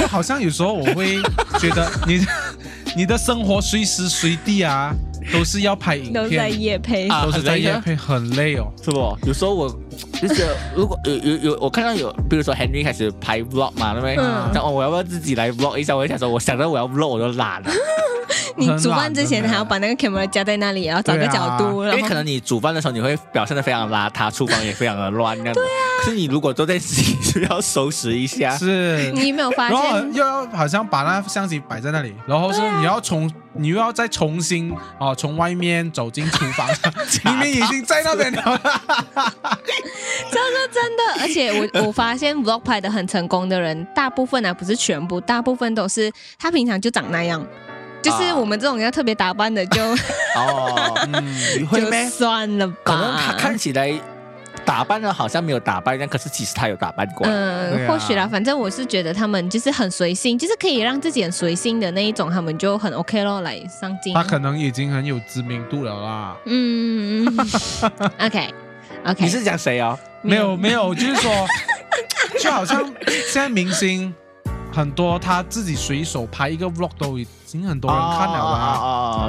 [SPEAKER 2] 就好像有时候我会觉得你 *laughs* 你的生活随时随地啊都是要拍影
[SPEAKER 3] 都在
[SPEAKER 2] 片，
[SPEAKER 3] 夜配
[SPEAKER 1] 啊
[SPEAKER 2] 都是在
[SPEAKER 1] 很累
[SPEAKER 2] 夜
[SPEAKER 1] 啊
[SPEAKER 2] 配，很累哦。
[SPEAKER 1] *laughs* 是不？有时候我就是如果有有有，我看到有，比如说 Henry 开始拍 vlog 嘛，对不对？
[SPEAKER 3] 嗯
[SPEAKER 1] 那、哦我要不要自己来 vlog 一下？我就想说，我想到我要 vlog 我就懒了，
[SPEAKER 3] 你
[SPEAKER 2] 很
[SPEAKER 3] 煮
[SPEAKER 2] 懒
[SPEAKER 3] 饭之前
[SPEAKER 2] 真的
[SPEAKER 3] 还要把那个 camera 夹在那里，然后找个
[SPEAKER 2] 对啊
[SPEAKER 3] 角度，
[SPEAKER 1] 因
[SPEAKER 3] 然
[SPEAKER 1] 为
[SPEAKER 3] 后
[SPEAKER 1] 可能你煮饭的时候你会表现的非常邋遢，厨房也非常的乱那样子。可是你如果都在自己就要收拾一下，
[SPEAKER 2] 是，
[SPEAKER 3] 你有没有发
[SPEAKER 2] 然后
[SPEAKER 3] 现？
[SPEAKER 2] 又要好像把那相机摆在那里，然后是你要从你又要再重新哦、从外面走进厨房，明明已经在那边了，
[SPEAKER 3] 真的，而且我 *laughs* 我发现 vlog 拍的很成功的人，大部分啊不是全部，大部分都是他平常就长那样，就是
[SPEAKER 1] 啊
[SPEAKER 3] 我们这种要特别打扮的
[SPEAKER 1] *laughs*
[SPEAKER 3] 就
[SPEAKER 1] 哦，
[SPEAKER 2] 嗯，
[SPEAKER 1] 你会
[SPEAKER 3] 就
[SPEAKER 1] 咩？
[SPEAKER 3] 算了
[SPEAKER 1] 可能他
[SPEAKER 3] 吧
[SPEAKER 1] 看。起来打扮的好像没有打扮一样，可是其实他有打扮过。
[SPEAKER 3] 嗯，
[SPEAKER 2] 对啊
[SPEAKER 3] 或许啦，反正我是觉得他们就是很随性，就是可以让自己很随性的那一种，他们就很 OK 咯，来上镜。
[SPEAKER 2] 他可能已经很有知名度了啦。
[SPEAKER 3] 嗯嗯
[SPEAKER 1] *laughs*
[SPEAKER 3] 嗯，OK
[SPEAKER 1] 你
[SPEAKER 3] OK，
[SPEAKER 1] 是讲谁哦？
[SPEAKER 2] 没有没有，就是说，就好像现在明星很多，他自己随手拍一个 vlog 都已经很多人看了啦、啊
[SPEAKER 1] 哦哦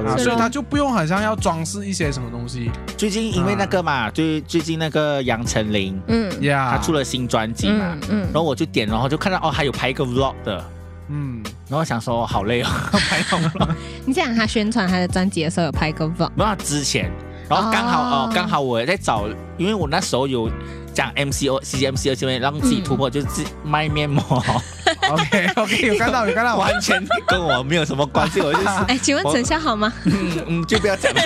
[SPEAKER 1] 哦哦
[SPEAKER 2] 所以
[SPEAKER 1] 哦
[SPEAKER 2] 他就不用好像要装饰一些什么东西
[SPEAKER 1] 最近因为那个嘛，最最近那个杨丞琳，
[SPEAKER 3] 嗯
[SPEAKER 2] 呀。
[SPEAKER 1] 她出了新专辑嘛，
[SPEAKER 3] 嗯嗯
[SPEAKER 1] 然后我就点，然后就看到哦，还有拍一个 vlog 的，
[SPEAKER 2] 嗯，
[SPEAKER 1] 然后想说哦好累哦，拍到 vlog。
[SPEAKER 3] 你讲他宣传他的专辑的时候有拍个 vlog，
[SPEAKER 1] 没有她之前，然后刚好
[SPEAKER 3] 哦
[SPEAKER 1] 哦刚好我也在找，因为我那时候有讲 MCO、CGMCO 这边让自己突破，就是自卖面膜，
[SPEAKER 2] OK OK，有看到有看到，
[SPEAKER 1] 完全跟我没有什么关系，我就是
[SPEAKER 3] 哎，请问
[SPEAKER 1] 我
[SPEAKER 3] 成效好吗？
[SPEAKER 1] 嗯嗯，就不要讲了。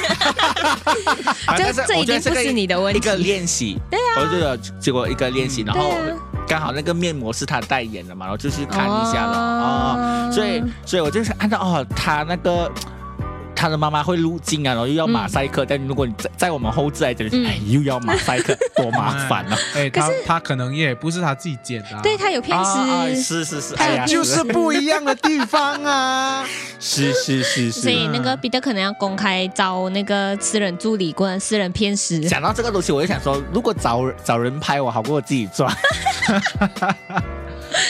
[SPEAKER 1] 反正
[SPEAKER 3] 这这
[SPEAKER 1] 我
[SPEAKER 3] 一
[SPEAKER 1] 觉
[SPEAKER 3] 定
[SPEAKER 1] 得
[SPEAKER 3] 不
[SPEAKER 1] 个
[SPEAKER 3] 是你的问
[SPEAKER 1] 一
[SPEAKER 3] 题
[SPEAKER 1] 个。练习，对啊，我就觉得结果一个练习，然后
[SPEAKER 3] 对啊
[SPEAKER 1] 刚好那个面膜是他代言的嘛，然后哦
[SPEAKER 3] 哦
[SPEAKER 1] 就去看一下了哦所以，所以我就是按照哦，他那个他的妈妈会入境啊，然后又要马赛克。但如果你在在我们后置来讲，就是
[SPEAKER 3] 嗯
[SPEAKER 1] 哎，又要马赛克，多麻烦
[SPEAKER 3] *laughs*
[SPEAKER 1] 啊！
[SPEAKER 2] *laughs* 哎，他他可能也不是他自己剪的啊，
[SPEAKER 3] 对他有偏
[SPEAKER 1] 啊啊
[SPEAKER 3] 食，
[SPEAKER 1] 是是是，
[SPEAKER 3] 他
[SPEAKER 1] 哎呀，
[SPEAKER 2] 就是不一样的地方
[SPEAKER 3] *laughs*
[SPEAKER 2] 啊。
[SPEAKER 1] 是是是
[SPEAKER 3] 所
[SPEAKER 1] 是。
[SPEAKER 3] 以那个彼得可能要公开招那个私人助理跟私人偏食。
[SPEAKER 1] 讲到这个东西，我就想说，如果找找人拍我，好过我自己赚。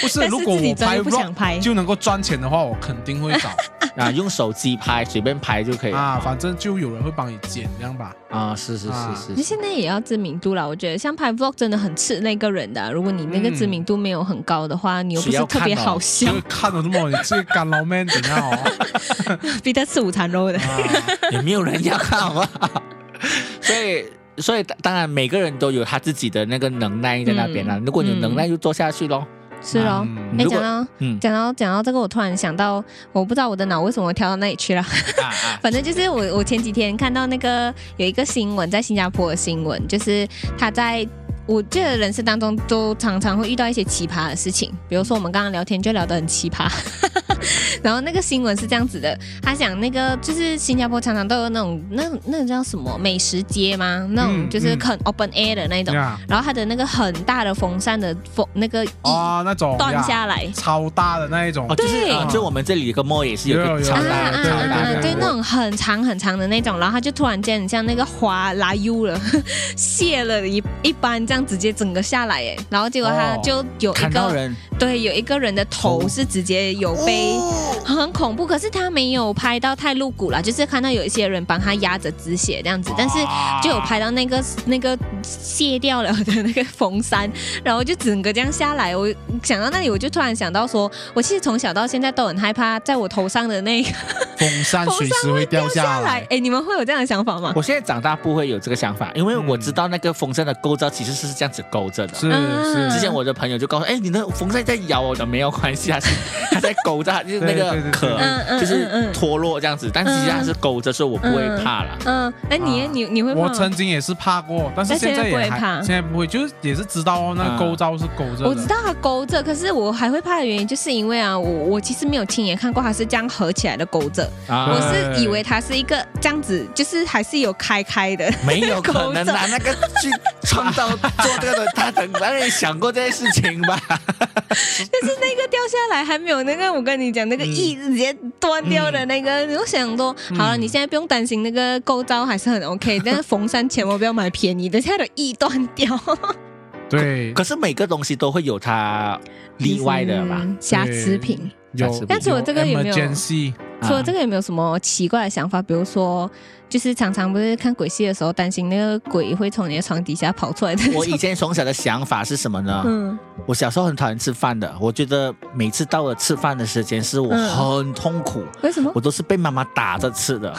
[SPEAKER 2] 不是，
[SPEAKER 3] 但是
[SPEAKER 2] 如果
[SPEAKER 3] 自己
[SPEAKER 2] 我
[SPEAKER 3] 真的
[SPEAKER 2] 拍
[SPEAKER 3] 不想
[SPEAKER 2] vlog
[SPEAKER 3] 拍
[SPEAKER 2] 就能够赚钱的话，我肯定会 *laughs* 找
[SPEAKER 1] 啊，用手机拍，随便拍就可以了
[SPEAKER 2] 啊，反正就有人会帮你剪，这样吧。
[SPEAKER 1] 啊，是是是
[SPEAKER 3] 那
[SPEAKER 1] 是是，
[SPEAKER 3] 现在也要知名度啦，我觉得像拍 vlog 真的很吃那个人的啊、如果你那个知名度没有很高的话，你又不
[SPEAKER 1] 谁
[SPEAKER 3] 是
[SPEAKER 1] 要
[SPEAKER 3] 特别
[SPEAKER 1] 看哦
[SPEAKER 3] 好
[SPEAKER 2] 就
[SPEAKER 3] 笑
[SPEAKER 1] *laughs*
[SPEAKER 2] 是，看了这么，你这个干老 man 怎
[SPEAKER 3] *laughs*
[SPEAKER 2] 样哦？
[SPEAKER 3] 彼得吃午餐肉
[SPEAKER 1] 嗯
[SPEAKER 3] 的。
[SPEAKER 2] 啊，
[SPEAKER 1] *laughs* 也没有人要看，好不好？ *laughs* 所以。所以当当然，每个人都有他自己的那个能耐在那边啦。
[SPEAKER 3] 嗯
[SPEAKER 1] 如果你有能耐，就做下去咯。
[SPEAKER 3] 是咯。
[SPEAKER 2] 嗯
[SPEAKER 3] 哎、
[SPEAKER 1] 如果
[SPEAKER 3] 讲到
[SPEAKER 1] 嗯
[SPEAKER 3] 讲到讲到这个，我突然想到，我不知道我的脑为什么会跳到那里去了。
[SPEAKER 1] 啊啊，
[SPEAKER 3] 反正就是我我前几天看到那个有一个新闻，在新加坡的新闻，就是他在。我记得人生当中都常常会遇到一些奇葩的事情，比如说我们刚刚聊天就聊得很奇葩， *laughs* 然后那个新闻是这样子的，他讲那个就是新加坡常常都有那种那那种叫什么美食街吗？那种
[SPEAKER 2] 嗯
[SPEAKER 3] 就是
[SPEAKER 2] 嗯
[SPEAKER 3] 很 open air 的那种，
[SPEAKER 2] 呀
[SPEAKER 3] 然后它的那个很大的风扇的风那个翼
[SPEAKER 2] 啊，那种
[SPEAKER 3] 断
[SPEAKER 2] 呀
[SPEAKER 3] 下来，
[SPEAKER 2] 超大的那一种
[SPEAKER 1] 哦，，就是
[SPEAKER 3] 对
[SPEAKER 1] 啊，就我们这里的墨也是有
[SPEAKER 2] 有
[SPEAKER 1] 个
[SPEAKER 2] 有
[SPEAKER 1] 超
[SPEAKER 3] 啊
[SPEAKER 2] 长
[SPEAKER 1] 大
[SPEAKER 3] 啊
[SPEAKER 1] 的
[SPEAKER 2] 的
[SPEAKER 1] 超
[SPEAKER 3] 啊
[SPEAKER 1] 大
[SPEAKER 3] 啊！
[SPEAKER 1] 的，
[SPEAKER 3] 对，
[SPEAKER 2] 对
[SPEAKER 3] 那种很长很长的那种，然后它就突然间很像那个花拉 U 了，卸了一一般这样直接整个下来哎，然后结果它
[SPEAKER 2] 哦
[SPEAKER 3] 就有一
[SPEAKER 1] 看
[SPEAKER 3] 个、
[SPEAKER 1] 到人
[SPEAKER 3] 对有一个人的头
[SPEAKER 1] 头
[SPEAKER 3] 是直接有被。
[SPEAKER 1] 哦
[SPEAKER 3] 很恐怖，可是他没有拍到太露骨啦，就是看到有一些人帮他压着止血这样子，但是就有拍到那个那个卸掉了的那个风扇，然后就整个这样下来。我想到那里，我就突然想到说，我其实从小到现在都很害怕在我头上的那个
[SPEAKER 2] 风扇
[SPEAKER 3] 风
[SPEAKER 2] 随
[SPEAKER 3] 扇
[SPEAKER 2] 时会掉
[SPEAKER 3] 下
[SPEAKER 2] 下
[SPEAKER 3] 来。哎、。你们会有这样的想法吗？
[SPEAKER 1] 我现在长大不会有这个想法，因为我
[SPEAKER 2] 嗯
[SPEAKER 1] 知道那个风扇的构造其实是这样子勾着的。
[SPEAKER 2] 是
[SPEAKER 3] 啊
[SPEAKER 2] 是，
[SPEAKER 1] 之前我的朋友就告诉我，哎，你的风扇在摇我的，没有关系，它啊是 *laughs* 它在勾着，就是那
[SPEAKER 2] 对对
[SPEAKER 1] 个
[SPEAKER 2] 对
[SPEAKER 1] 壳
[SPEAKER 2] 对
[SPEAKER 3] 嗯嗯
[SPEAKER 1] 就是脱落这样子，但其实它是勾着，所以我不会怕啦。
[SPEAKER 3] 嗯，那你、
[SPEAKER 2] 啊
[SPEAKER 3] 你你会怕吗？
[SPEAKER 2] 我曾经也是怕过，但是
[SPEAKER 3] 但现
[SPEAKER 2] 现
[SPEAKER 3] 在
[SPEAKER 2] 在也
[SPEAKER 3] 不会
[SPEAKER 2] 还
[SPEAKER 3] 怕
[SPEAKER 2] 现在不会，就是也是知道哦，那
[SPEAKER 1] 啊
[SPEAKER 2] 个构造是勾着的。
[SPEAKER 3] 我知道它勾着，可是我还会怕的原因，就是因为啊，我我其实没有亲眼看过它是这样合起来的勾着，
[SPEAKER 1] 啊
[SPEAKER 3] 我
[SPEAKER 2] 对
[SPEAKER 3] 是以为它是一个这样子，就是还是有开开的。
[SPEAKER 1] 没有可
[SPEAKER 2] *laughs*
[SPEAKER 1] 能啊啦，那个去创造做这个的，他等当然也想过这件事情
[SPEAKER 2] *laughs*
[SPEAKER 1] 吧？
[SPEAKER 3] 但是那个掉下来还没有那个，我跟你讲，那个翼直接断掉的那个，我想说，好了，
[SPEAKER 2] 嗯
[SPEAKER 3] 你现在不用担心那个构造还是很 OK，但是缝衫千万不要买便宜的，现在的翼断掉，
[SPEAKER 2] 对，
[SPEAKER 1] 可是每个东西都会有它例外的嘛。
[SPEAKER 3] 嗯瑕疵品。
[SPEAKER 2] 有。
[SPEAKER 1] 但
[SPEAKER 3] 是我这个有没有
[SPEAKER 1] 啊
[SPEAKER 2] emergency？
[SPEAKER 3] 除了这个，有没有什么奇怪的想法？比如说，就是常常不是看鬼戏的时候，担心那个鬼会从你的床底下跑出来
[SPEAKER 2] 嗯
[SPEAKER 3] *laughs* 的。
[SPEAKER 1] 我以前从小的想法是什么呢？
[SPEAKER 3] 嗯，
[SPEAKER 1] 我小时候很讨厌吃饭的，我觉得每次到了吃饭的时间，是我很痛苦，
[SPEAKER 2] 嗯
[SPEAKER 3] 为什么
[SPEAKER 1] 我？都是被妈妈打着吃的，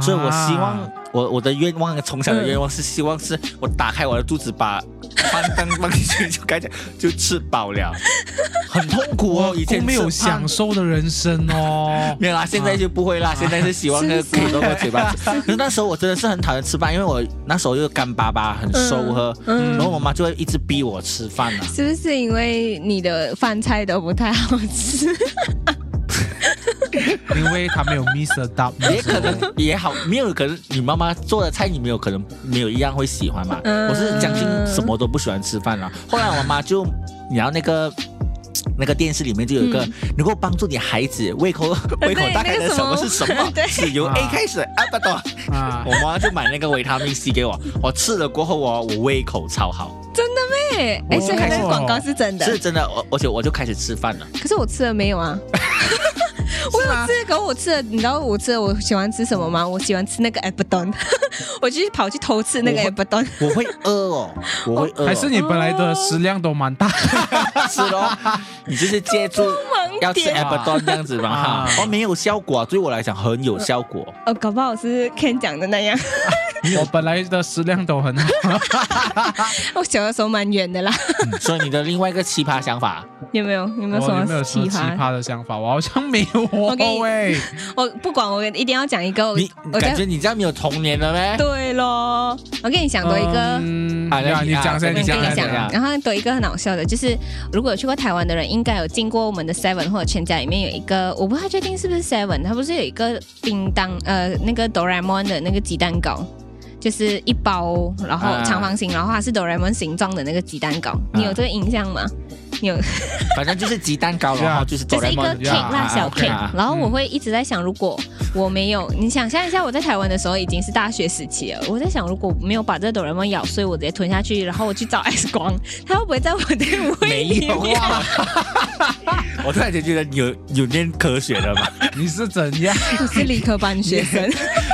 [SPEAKER 1] 所以我希望
[SPEAKER 2] 啊
[SPEAKER 1] 我我的愿望，从小的愿望是希望是我打开我的肚子，把饭当放进去就该讲就吃饱了，很痛苦哦，以前
[SPEAKER 2] 我没有
[SPEAKER 1] 吃饭。
[SPEAKER 2] 享受的人生哦 *laughs*
[SPEAKER 1] 没有啦，现在就不会
[SPEAKER 3] 啊
[SPEAKER 1] 啦，现在是希望那个
[SPEAKER 3] 是
[SPEAKER 1] 可以通过嘴
[SPEAKER 3] *laughs*
[SPEAKER 1] 巴吃。可是那时候我真的是很讨厌吃饭，因为我那时候又干巴巴，很瘦呵，
[SPEAKER 3] 嗯
[SPEAKER 1] 然后我妈就会一直逼我吃饭
[SPEAKER 3] *laughs*
[SPEAKER 1] 啊。
[SPEAKER 3] 是不是因为你的饭菜都不太好吃？
[SPEAKER 2] 因为他没有 miss 到，
[SPEAKER 1] 也可能也好，没有可能你妈妈做的菜你没有可能没有一样会喜欢嘛。
[SPEAKER 3] 嗯
[SPEAKER 1] 我是将近什么都不喜欢吃饭了。啊后来我妈就，然后那个。那个电视里面就有一个
[SPEAKER 3] 嗯
[SPEAKER 1] 能够帮助你孩子胃
[SPEAKER 3] *laughs*
[SPEAKER 1] 口胃口大开
[SPEAKER 3] 那
[SPEAKER 1] 的
[SPEAKER 3] 个什
[SPEAKER 1] 什
[SPEAKER 3] 么
[SPEAKER 1] 么是什么
[SPEAKER 3] *laughs* 对，啊
[SPEAKER 1] 是由 A 开始，阿巴多。
[SPEAKER 2] 啊
[SPEAKER 1] 我，妈就买那个维他命 C 给我， *laughs* 我吃了过后哦，我胃口超好，
[SPEAKER 3] *laughs* 对，哎、
[SPEAKER 2] 我
[SPEAKER 3] 所以那个广告是真的。
[SPEAKER 1] 是真的，我而且我就开始吃饭了。
[SPEAKER 3] 可是我吃了没有 *laughs* 啊？我有吃，可我吃了，你知道我吃了，我喜欢吃什么吗？我喜欢吃那个 Abdon，我 *laughs* 就是跑去偷吃那个
[SPEAKER 1] 我
[SPEAKER 3] Abdon。
[SPEAKER 1] 我会饿哦， *laughs* 我会饿、哦，
[SPEAKER 2] 还是你本来的食量都蛮大
[SPEAKER 1] 吃 *laughs* 咯，你就是借
[SPEAKER 3] *laughs*
[SPEAKER 1] 助要吃 a
[SPEAKER 3] 点
[SPEAKER 1] b d o n 这样子嘛哈
[SPEAKER 2] 啊，
[SPEAKER 1] 哦没有效果啊，对我来讲很有效果。
[SPEAKER 3] 哦，搞不好是 Ken 讲的那样。 *laughs*
[SPEAKER 2] 我本来的食量都很好。
[SPEAKER 3] 我小的时候蛮远的啦，
[SPEAKER 1] 所以你的另外一个奇葩想法，
[SPEAKER 3] 有没有？有哦没有什
[SPEAKER 2] 我有没
[SPEAKER 3] 么
[SPEAKER 2] 有什么
[SPEAKER 3] 奇
[SPEAKER 2] 奇
[SPEAKER 3] 葩？
[SPEAKER 2] 葩的想法？我好像没有
[SPEAKER 3] 我给你
[SPEAKER 2] 哦，喂，
[SPEAKER 3] 我不管，我一定要哦讲一个。我
[SPEAKER 1] 你
[SPEAKER 3] 我
[SPEAKER 1] 感
[SPEAKER 3] 在
[SPEAKER 1] 觉你这样没有童年了呗？
[SPEAKER 3] 对咯，我跟你讲多一个，
[SPEAKER 2] 嗯
[SPEAKER 1] 啊
[SPEAKER 2] 呀
[SPEAKER 1] 那
[SPEAKER 2] 你讲先
[SPEAKER 1] 啊
[SPEAKER 2] 你
[SPEAKER 3] 我
[SPEAKER 2] 讲
[SPEAKER 3] 跟
[SPEAKER 2] 先
[SPEAKER 3] 你讲
[SPEAKER 2] 你讲，
[SPEAKER 3] 然后有一个很好笑的，就是如果有去过台湾的人，应该有经过我们的 Seven 或者全家里面有一个，我不太确定是不是 Seven，它不是有一个叮当呃那个哆啦 A 梦的那个鸡蛋糕。就是一包，然后
[SPEAKER 1] 啊
[SPEAKER 3] 长方形，然后它是哆啦 A 梦形状的那个鸡蛋糕，你有这个印象吗？你有
[SPEAKER 1] 反正就是鸡蛋糕，
[SPEAKER 2] 是啊
[SPEAKER 1] 然后就是
[SPEAKER 3] 这
[SPEAKER 1] 哆啦
[SPEAKER 3] 是
[SPEAKER 1] A
[SPEAKER 3] 一个
[SPEAKER 1] 梦
[SPEAKER 3] cake 啦，小
[SPEAKER 1] OK 啊
[SPEAKER 3] cake。然后我会一直在想，如果我没有，你想象一下，我在台湾的时候已经是大学时期了。我在想，如果没有把这哆啦 A 梦咬碎，我直接吞下去，然后我去找 *laughs* X 光，他会不会在我的胃
[SPEAKER 1] 没
[SPEAKER 3] 里
[SPEAKER 1] 有
[SPEAKER 3] 面？ *laughs*
[SPEAKER 1] 啊！我突然间觉得你有有念科学的嘛？
[SPEAKER 2] 你是怎样？
[SPEAKER 3] 我是理科班学生，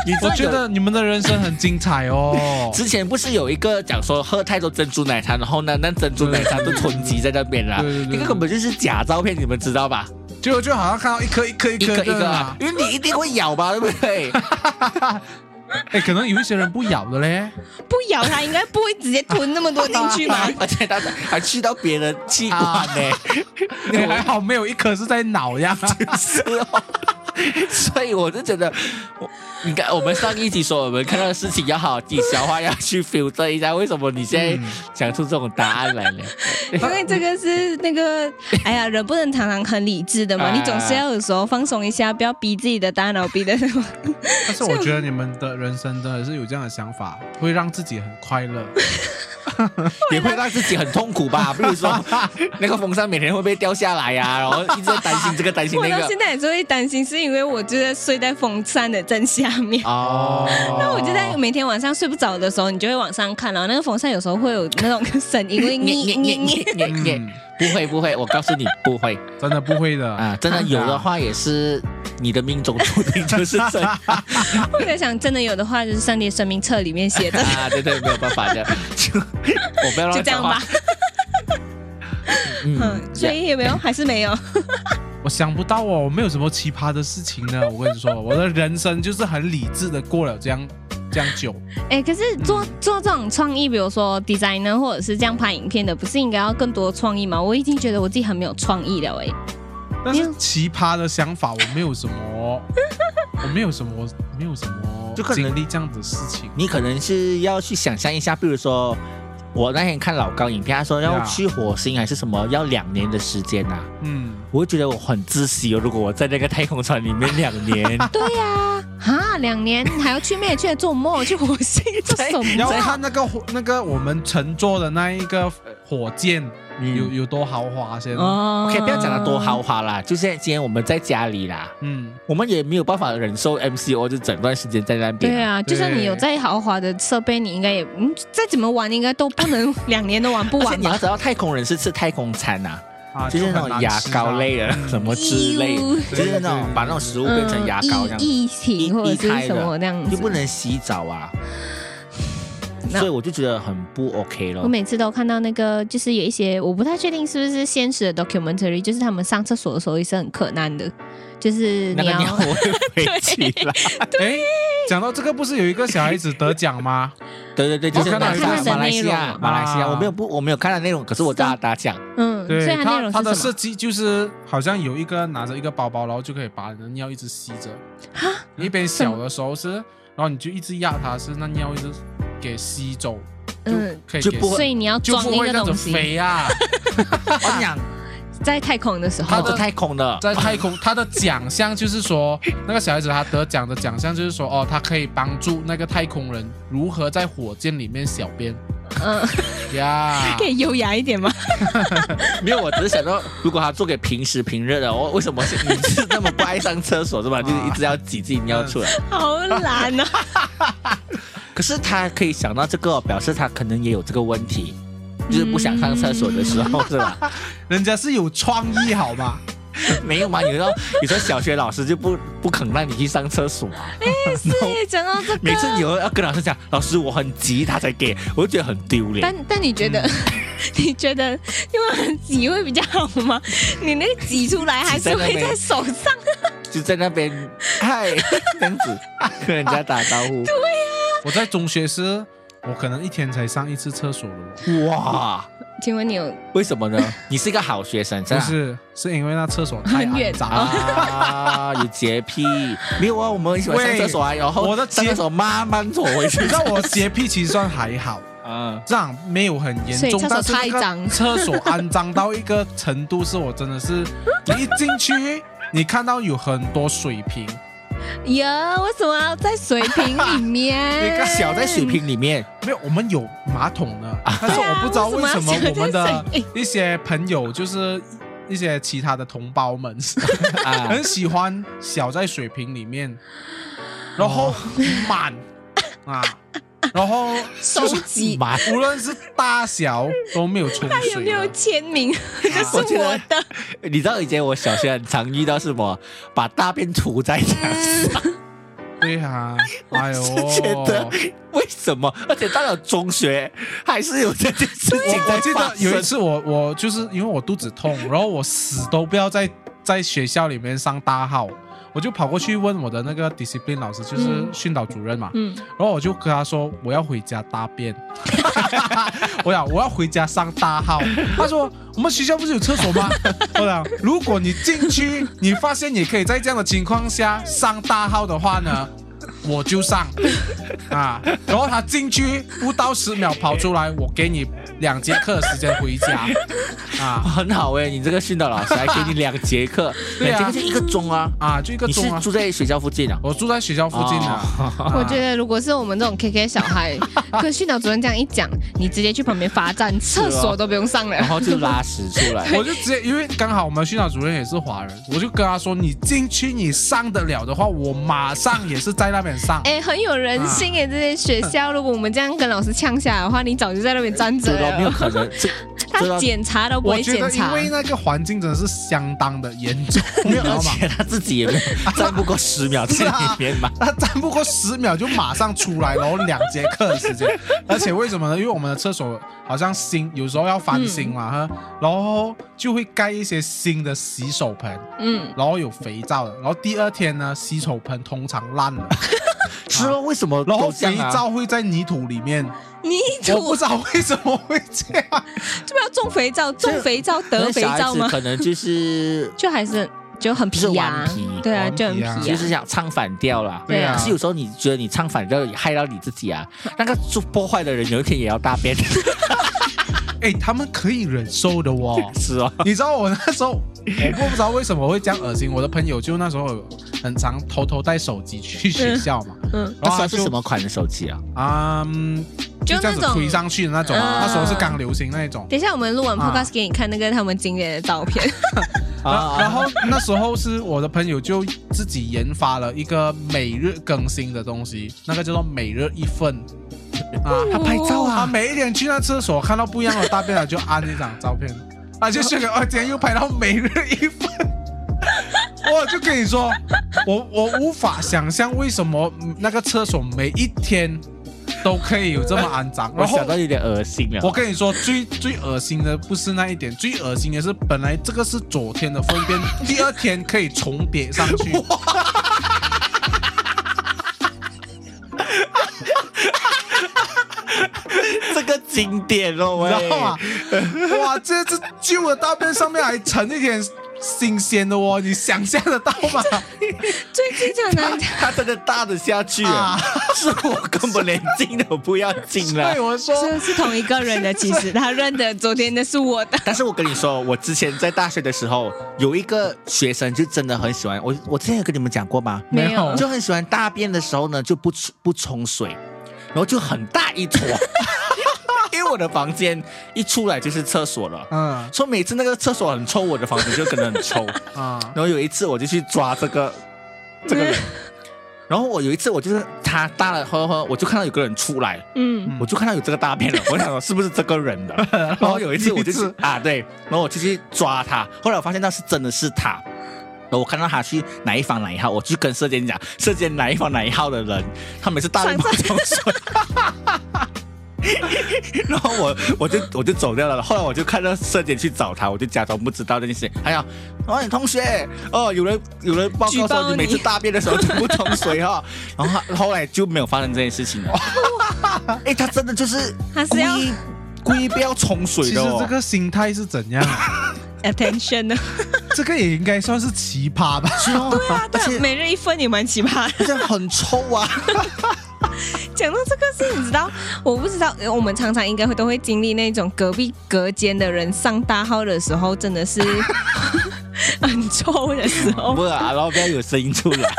[SPEAKER 1] 你
[SPEAKER 2] 我
[SPEAKER 1] 真
[SPEAKER 2] 觉
[SPEAKER 1] 的。
[SPEAKER 2] 得 *laughs* 你们的人生很精彩哦 *laughs*
[SPEAKER 1] 之前不是有一个讲说喝太多珍珠奶茶，然后呢，那珍珠奶茶都囤积在那边啦。
[SPEAKER 2] 对对对
[SPEAKER 1] 那个根本就是假照片，你们知道吧？
[SPEAKER 2] 就就好像看到一颗一颗一
[SPEAKER 1] 一
[SPEAKER 2] 颗
[SPEAKER 1] 个一个
[SPEAKER 2] 的
[SPEAKER 1] 啊
[SPEAKER 2] 啊，，
[SPEAKER 1] 因为你一定会咬吧，对不对？
[SPEAKER 2] 哎，可能有一些人不咬的嘞。
[SPEAKER 3] 不咬它应该不会直接吞那么多进去
[SPEAKER 1] *laughs*
[SPEAKER 3] 吧？
[SPEAKER 1] 而且他还去到别人器官呢、
[SPEAKER 2] *laughs* 哎，还好没有一颗是在脑 *laughs* 呀。
[SPEAKER 1] 是哦。所以我就觉得，我你看我们上一集说我们看到的事情要好好地消化，要去 filter 一下，为什么你现在讲出这种答案来呢？
[SPEAKER 3] 因为这个是那个，哎呀，人不能常常很理智的嘛，
[SPEAKER 1] 啊
[SPEAKER 3] 你总是要有时候放松一下，不要逼自己的大脑逼的什么。
[SPEAKER 2] 但是我觉得你们的人生真的是有这样的想法，会让自己很快乐。
[SPEAKER 1] *laughs* 也会让自己很痛苦吧？比如说那个风扇每天会不会掉下来呀、然后一直在担心这个担心
[SPEAKER 3] 我
[SPEAKER 1] 那
[SPEAKER 3] 到
[SPEAKER 1] 个
[SPEAKER 3] 现。在也是会担心，是因为我就是睡在风扇的正下面。
[SPEAKER 1] 哦，
[SPEAKER 3] 那我就在每天晚上睡不着的时候，你就会往上看，然后那个风扇有时候会有那
[SPEAKER 1] *laughs*
[SPEAKER 3] 种声音，会
[SPEAKER 1] 你
[SPEAKER 3] 你
[SPEAKER 1] 你你
[SPEAKER 3] 你你。
[SPEAKER 1] 你你
[SPEAKER 2] 嗯
[SPEAKER 1] *laughs* 你，不会不会，我告诉你不会
[SPEAKER 2] 真的不会的。 *laughs*
[SPEAKER 3] *laughs*
[SPEAKER 1] 啊！真的有的话也是你的命中注定就是这
[SPEAKER 3] *laughs*
[SPEAKER 1] 样
[SPEAKER 3] 我在想，真的有的话，就是上帝的生命册里面写的。
[SPEAKER 1] 啊！对对，没有办法的，就我不要
[SPEAKER 3] 就
[SPEAKER 1] 乱
[SPEAKER 3] 这样
[SPEAKER 1] 讲
[SPEAKER 3] 吧
[SPEAKER 1] 话。，嗯
[SPEAKER 3] 嗯，所以也没有，还是
[SPEAKER 1] *laughs*
[SPEAKER 3] 没有。
[SPEAKER 2] 我想不到哦，我没有什么奇葩的事情呢。我跟你说，我的人生就是很理智的过了这样这样 *laughs* 久。
[SPEAKER 3] 哎，可是做做这种创意，比如说 designer 或者是这样拍影片的，不是应该要更多创意吗？我已经觉得我自己很没有创意
[SPEAKER 1] *laughs*
[SPEAKER 3] 了，哎，
[SPEAKER 2] 但
[SPEAKER 3] 没
[SPEAKER 2] 是
[SPEAKER 3] 有
[SPEAKER 2] 奇葩的想法，我没有什么，我没有什么，没有什么
[SPEAKER 1] 就可能
[SPEAKER 2] 经历这样的事情。
[SPEAKER 1] 你可能是要去想象一下，比如说我那天看老高影片，他说要
[SPEAKER 2] Yeah
[SPEAKER 1] 去火星还是什么，要两年的时间呐、啊
[SPEAKER 2] 嗯，
[SPEAKER 1] 我会觉得我很窒息哦。如果我在那个太空船里面两年，
[SPEAKER 3] *laughs* 对呀、啊，两年还要去灭去做梦，去火星做什
[SPEAKER 2] 你要
[SPEAKER 3] 么？
[SPEAKER 2] 看那个火那个我们乘坐的那一个火箭
[SPEAKER 1] 嗯
[SPEAKER 2] 有有多豪华先。
[SPEAKER 3] 哦
[SPEAKER 1] OK，不要讲的多豪华啦，就现在今天我们在家里啦，
[SPEAKER 2] 嗯，
[SPEAKER 1] 我们也没有办法忍受 MCO 就整段时间在那边。
[SPEAKER 3] 对，啊，就算你有再豪华的设备，你应该也嗯，再怎么玩应该都不能 *laughs* 两年都玩不
[SPEAKER 1] 而且
[SPEAKER 3] 完
[SPEAKER 1] 你要
[SPEAKER 3] 吧？
[SPEAKER 1] 知道，太空人是吃太空餐呐、
[SPEAKER 2] 啊，
[SPEAKER 1] 就是那
[SPEAKER 2] 很
[SPEAKER 1] 种
[SPEAKER 2] 难
[SPEAKER 1] 牙
[SPEAKER 2] 吃啊
[SPEAKER 1] 膏类 *laughs* 的什么之类的，
[SPEAKER 3] 嗯
[SPEAKER 1] 就是那
[SPEAKER 2] 对对
[SPEAKER 1] 种
[SPEAKER 2] 对
[SPEAKER 1] 把那种食物
[SPEAKER 3] 嗯
[SPEAKER 1] 变成牙膏这样，
[SPEAKER 3] 液体或者
[SPEAKER 1] 液
[SPEAKER 3] 是
[SPEAKER 1] 态
[SPEAKER 3] 什
[SPEAKER 1] 的
[SPEAKER 3] 么那样
[SPEAKER 1] 就
[SPEAKER 3] 子，
[SPEAKER 1] 不能洗澡啊。
[SPEAKER 3] 那
[SPEAKER 1] 所以我就觉得很不 OK 了
[SPEAKER 3] 我。每次都看到那个，就是有一些我不太确定是不是现实的 documentary，就是他们上厕所的时候也是很可难的，就是
[SPEAKER 1] 那
[SPEAKER 3] 你
[SPEAKER 1] 个
[SPEAKER 3] 要
[SPEAKER 1] 尿会飞起
[SPEAKER 3] *laughs*
[SPEAKER 1] 来，
[SPEAKER 2] 哎，讲到这个，不是有一个小孩子得奖
[SPEAKER 3] *laughs*
[SPEAKER 2] 吗？
[SPEAKER 1] 对对对，就是
[SPEAKER 2] 我看到
[SPEAKER 1] 马来西亚
[SPEAKER 2] 看到
[SPEAKER 1] 马来西
[SPEAKER 3] 内
[SPEAKER 1] 亚
[SPEAKER 3] 容
[SPEAKER 1] 马来西亚，
[SPEAKER 2] 啊
[SPEAKER 1] 我没有不我没有看到内容，可是我大大讲，
[SPEAKER 3] 嗯，所以
[SPEAKER 2] 对
[SPEAKER 3] 它内
[SPEAKER 2] 他
[SPEAKER 3] 容
[SPEAKER 2] 他的
[SPEAKER 3] 是
[SPEAKER 2] 设
[SPEAKER 3] 什么？
[SPEAKER 2] 计就是好像有一个拿着一个包包，然后就可以把你的尿一直吸着。你一边小的时候是，然后你就一直压它，是那尿一直给吸走，就
[SPEAKER 3] 嗯，
[SPEAKER 2] 可以
[SPEAKER 1] 就
[SPEAKER 2] 给
[SPEAKER 1] 不会
[SPEAKER 3] 所以你要
[SPEAKER 2] 就
[SPEAKER 3] 装
[SPEAKER 2] 不
[SPEAKER 3] 那
[SPEAKER 2] 会
[SPEAKER 3] 个
[SPEAKER 2] 那
[SPEAKER 3] 东
[SPEAKER 2] 种
[SPEAKER 3] 西，
[SPEAKER 2] 肥啊。
[SPEAKER 1] 我讲
[SPEAKER 3] 在太空的时
[SPEAKER 1] 他
[SPEAKER 3] 候
[SPEAKER 1] 的。太空的，
[SPEAKER 2] 在太空，他的奖项就是说，那个小孩子他得奖的奖项就是说，哦，他可以帮助那个太空人如何在火箭里面小便
[SPEAKER 3] 嗯，
[SPEAKER 2] 呀。
[SPEAKER 3] *laughs* 可以优雅一点吗？
[SPEAKER 1] 没有，我只是想到，如果他做给平时平日的，我为什么是你是那么不爱上厕所 *laughs* 是吧？就是一直要挤自己尿出来。
[SPEAKER 3] 好
[SPEAKER 2] *laughs*
[SPEAKER 3] 懒啊！
[SPEAKER 1] 可是他可以想到这个，表示他可能也有这个问题，就是不想上厕所的时 *laughs* 候是吧？
[SPEAKER 2] 人家是有创意好吗？
[SPEAKER 1] 没有嘛？你说你说小学老师就不不肯让你去上厕所啊？
[SPEAKER 3] 对，
[SPEAKER 2] *laughs*
[SPEAKER 3] 讲到这
[SPEAKER 1] 每
[SPEAKER 3] 个，
[SPEAKER 1] 次你又要跟老师讲，老师我很急，他才给，我就觉得很丢脸。
[SPEAKER 3] 但但你觉得， *laughs* 你觉得用很挤会比较好吗？你那个挤出来还是会在手上，
[SPEAKER 1] 就在那 *laughs* 边嗨这样子 *laughs* 跟人家打招 *laughs* 呼，
[SPEAKER 2] *laughs* 我在中学时，我可能一天才上一次厕所了。
[SPEAKER 1] 哇！
[SPEAKER 3] 请问你有
[SPEAKER 1] 为什么呢？你是一个好学生，真
[SPEAKER 2] 不
[SPEAKER 1] 的啊。
[SPEAKER 2] 是，是因为那厕所太
[SPEAKER 3] *laughs* 很远
[SPEAKER 2] 肮
[SPEAKER 1] *laughs*
[SPEAKER 2] 脏。
[SPEAKER 1] 啊，有洁癖，没有啊，我们很喜欢上厕所啊，然后
[SPEAKER 2] 我的洁
[SPEAKER 1] 上厕所慢慢走回去
[SPEAKER 2] 你知道我洁癖其实算还好，
[SPEAKER 1] 啊，
[SPEAKER 2] 这样没有很严
[SPEAKER 3] 所以
[SPEAKER 2] 重，
[SPEAKER 3] *laughs* 厕所
[SPEAKER 2] 但是
[SPEAKER 3] 太
[SPEAKER 2] 那个
[SPEAKER 3] 脏
[SPEAKER 2] 厕所肮脏到一个程度，是我真的是，你一进去，你看到有很多水瓶，
[SPEAKER 3] 呀，为什么要在水瓶里面？
[SPEAKER 1] 那个小在水瓶里面，
[SPEAKER 2] 没有，我们有马桶
[SPEAKER 1] *laughs*
[SPEAKER 2] 的，但是
[SPEAKER 3] 对啊
[SPEAKER 2] 我不知道为什么
[SPEAKER 3] *laughs* 为什么要
[SPEAKER 2] 我们
[SPEAKER 3] 讲
[SPEAKER 2] 的
[SPEAKER 3] 这个
[SPEAKER 2] 一些朋友，就是一些其他的同胞们， *laughs*
[SPEAKER 1] 啊
[SPEAKER 2] 很喜欢小在水瓶里面，然
[SPEAKER 3] 哦
[SPEAKER 2] 后满
[SPEAKER 3] *laughs*
[SPEAKER 2] 啊，然后
[SPEAKER 3] 收集。
[SPEAKER 1] 妈，
[SPEAKER 2] 无论是大小都没有冲
[SPEAKER 3] 他有
[SPEAKER 2] 水啊
[SPEAKER 3] 没有
[SPEAKER 2] 的。
[SPEAKER 3] 签名？这是
[SPEAKER 1] *laughs* 我觉得
[SPEAKER 3] 我的。
[SPEAKER 1] 你知道以前我小学很常遇到什么，把大便涂在墙 *laughs* 上，
[SPEAKER 2] 对
[SPEAKER 3] *laughs*
[SPEAKER 2] 啊，哎呦，
[SPEAKER 1] 觉得为什么？而且到了中学还是有这件事
[SPEAKER 2] 我
[SPEAKER 1] 情
[SPEAKER 2] 我
[SPEAKER 1] 在
[SPEAKER 2] 记
[SPEAKER 1] 发
[SPEAKER 2] 得有一
[SPEAKER 1] 生。
[SPEAKER 2] 次我，我就是因为我肚子痛，然后我死都不要在在学校里面上大号，我就跑过去问我的那个 discipline 老师，就是
[SPEAKER 3] 嗯
[SPEAKER 2] 训导主任嘛，
[SPEAKER 3] 嗯，
[SPEAKER 2] 然后我就跟他说我要回家大便， *laughs* 我讲我要回家上大号，他说我们学校不是有厕所吗？ *laughs* 我讲如果你进去，你发现你可以在这样的情况下上大号的话呢？我就上啊，然后他进去不到十秒跑出来，我给你两节课的时间回家啊
[SPEAKER 1] 很好哎、你这个训导老师还给你两节课，
[SPEAKER 2] 对啊
[SPEAKER 1] 两节课就一个钟啊。
[SPEAKER 2] 啊，就一个
[SPEAKER 1] 你是
[SPEAKER 2] 钟啊。
[SPEAKER 1] 住哦在学校附近啊？
[SPEAKER 2] 我住在学校附近的，啊
[SPEAKER 3] *laughs* 我觉得如果是我们这种 KK 小孩，跟训导主任这样一讲，你直接去旁边罚站，厕所都不用上了
[SPEAKER 1] 然。后就拉屎出
[SPEAKER 2] *laughs*
[SPEAKER 1] 来。
[SPEAKER 2] 我就直接，因为刚好我们训导主任也是华人，我就跟他说：“你进去你上得了的话，我马上也是在那边上。
[SPEAKER 3] 哎、很有人性哎、这些学校，如果我们这样跟老师呛下来的话，你早就在那边站着
[SPEAKER 1] 这啊都没有
[SPEAKER 3] 了。
[SPEAKER 1] 可能，这这
[SPEAKER 3] 他
[SPEAKER 1] 都
[SPEAKER 3] 检查都不
[SPEAKER 2] 我
[SPEAKER 3] 会
[SPEAKER 2] 觉
[SPEAKER 3] 检
[SPEAKER 2] 得因
[SPEAKER 3] 查，
[SPEAKER 2] 为那个环境真的是相当的严重，你
[SPEAKER 1] 没有，
[SPEAKER 2] 知
[SPEAKER 1] 而
[SPEAKER 2] 道吗？
[SPEAKER 1] 且他自己也没有站不过十秒在里面
[SPEAKER 2] *laughs*
[SPEAKER 1] 嘛。
[SPEAKER 2] 他站不过十秒就马上出来，然后两节课的时间。而且为什么呢？因为我们的厕所好像新，有时候要翻新嘛，哈、然后就会盖一些新的洗手盆，
[SPEAKER 3] 嗯，
[SPEAKER 2] 然后有肥皂的。然后第二天呢，洗手盆通常烂了，
[SPEAKER 1] 是哦，为什么
[SPEAKER 2] 啊然后
[SPEAKER 1] 都这
[SPEAKER 2] 肥
[SPEAKER 1] 样啊？
[SPEAKER 2] 皂会在泥土里面。
[SPEAKER 3] 泥
[SPEAKER 2] 我
[SPEAKER 3] 土
[SPEAKER 2] 不知道为什么会这样。
[SPEAKER 3] 就不要种肥皂，种肥皂得
[SPEAKER 1] 那
[SPEAKER 3] 肥
[SPEAKER 1] 小孩
[SPEAKER 3] 皂
[SPEAKER 1] 子
[SPEAKER 3] 吗？
[SPEAKER 1] 可能
[SPEAKER 2] *laughs*
[SPEAKER 1] 就是
[SPEAKER 3] 就还是就很
[SPEAKER 1] 就是
[SPEAKER 3] 皮呀、
[SPEAKER 1] 顽皮
[SPEAKER 3] 对啊，
[SPEAKER 2] 顽
[SPEAKER 3] 就很
[SPEAKER 2] 皮啊
[SPEAKER 3] 皮
[SPEAKER 1] 就
[SPEAKER 3] 呀、
[SPEAKER 1] 是想唱反调啦。
[SPEAKER 3] 对啊
[SPEAKER 1] 可是有时候你觉得你唱反调，也害到你自己啊。
[SPEAKER 2] *laughs*
[SPEAKER 1] 那个做破坏的人有一天也要大便，。
[SPEAKER 2] 哎，他们可以忍受的哦
[SPEAKER 1] 是哦。
[SPEAKER 2] *laughs* 你知道我那时候，我不知道为什么会这样恶心。我的朋友就那时候有很常偷偷带手机去学校 *laughs* 嘛，
[SPEAKER 3] 嗯，
[SPEAKER 1] 那时
[SPEAKER 2] 然后
[SPEAKER 1] 候
[SPEAKER 2] 他
[SPEAKER 1] 是
[SPEAKER 2] 就
[SPEAKER 1] 什么款的手机啊？
[SPEAKER 2] 啊，嗯
[SPEAKER 3] 就
[SPEAKER 2] 就这样子
[SPEAKER 3] 那种
[SPEAKER 2] 推上去的那种，啊
[SPEAKER 3] 嗯
[SPEAKER 2] 那时候是刚流行那一种。
[SPEAKER 3] 等一下我们录完
[SPEAKER 2] 啊
[SPEAKER 3] podcast 给你看那个他们经典的照片，
[SPEAKER 2] 然然后那时候是我的朋友就自己研发了一个每日更新的东西，那个叫做每日一份啊，
[SPEAKER 1] 他拍照
[SPEAKER 2] 他
[SPEAKER 1] 啊，
[SPEAKER 2] 每一天去那厕所看到不一样的大便了，就按一张照
[SPEAKER 1] *laughs*
[SPEAKER 2] 片，他就炫耀，哦，今天又拍到每日一份。我就跟你说，我 *laughs* 我无法想象为什么那个厕所每一天都可以有这么肮脏。
[SPEAKER 1] *laughs* 我
[SPEAKER 2] 然后
[SPEAKER 1] 想到有点恶心啊了。
[SPEAKER 2] 我跟你说，最最恶心的不是那一点，最恶心的是本来这个是昨天的粪便，第二天可以重叠上去。
[SPEAKER 1] *laughs* 这个经典哦，喂
[SPEAKER 2] 你知道吗？哇，这这旧的大便上面还盛一点新鲜的哦，你想象得到吗？
[SPEAKER 3] *laughs* 最近常常
[SPEAKER 1] 他真的大的下去了
[SPEAKER 2] 啊，
[SPEAKER 1] 是我根本连进都不要进 *laughs* 了
[SPEAKER 2] 对。我说，
[SPEAKER 3] 这 *laughs* 是同一个人的，其实他认得昨天的是我的，
[SPEAKER 1] 但是我跟你说，我之前在大学的时候，有一个学生就真的很喜欢我，我之前有跟你们讲过吗？
[SPEAKER 2] 没有
[SPEAKER 1] 就很喜欢大便的时候呢，就不冲不冲水，然后就很大一 *laughs* 坨，因为我的房间一出来就是厕所了，
[SPEAKER 2] 嗯
[SPEAKER 1] 所以每次那个厕所很臭，我的房间就跟着很臭。
[SPEAKER 2] 啊，
[SPEAKER 1] 然后有一次我就去抓这个这个人，然后我有一次我就是他大了后，后我就看到有个人出来，
[SPEAKER 3] 嗯
[SPEAKER 1] 我就看到有这个大便了，我想说是不是这个人的？然后有一次我就
[SPEAKER 2] 第
[SPEAKER 1] 去
[SPEAKER 2] 一
[SPEAKER 1] 啊，对，然后我就去抓他，后来我发现那是真的是他。然后我看到他去哪一房哪一号，我去跟射箭讲，射箭哪一房哪一号的人，他每次大便不冲水。 *laughs* 然后我我就我就走掉了，后来我就看到射箭去找他，我就假装不知道这件事情。还有，哦，你同学，哦，有人有人报
[SPEAKER 3] 举
[SPEAKER 1] 告
[SPEAKER 3] 报
[SPEAKER 1] 说
[SPEAKER 3] 你
[SPEAKER 1] 你每次大便的时候就不冲水哈、然后他后来就没有发生这件事情了。哎，他真的就是
[SPEAKER 3] 他
[SPEAKER 1] 故
[SPEAKER 3] 是要
[SPEAKER 1] 意故意不要冲水
[SPEAKER 2] 其
[SPEAKER 1] 的
[SPEAKER 2] 实
[SPEAKER 1] 哦
[SPEAKER 2] 这。个心态是怎样？
[SPEAKER 3] 嗯 attention 的，
[SPEAKER 2] 这个也应该算是奇葩吧？
[SPEAKER 1] 是哦，
[SPEAKER 3] 对啊，
[SPEAKER 1] 而
[SPEAKER 3] 对啊，
[SPEAKER 1] 且
[SPEAKER 3] 每日一分也蛮奇葩的。
[SPEAKER 1] 而且很臭啊！
[SPEAKER 3] 讲到这个事，你知道，我不知道，呃我们常常应该会都会经历那种隔壁隔间的人上大号的时候，真的是 *laughs* 很臭的时候。
[SPEAKER 1] 不是啊，然后不要有声音出 *laughs* 来。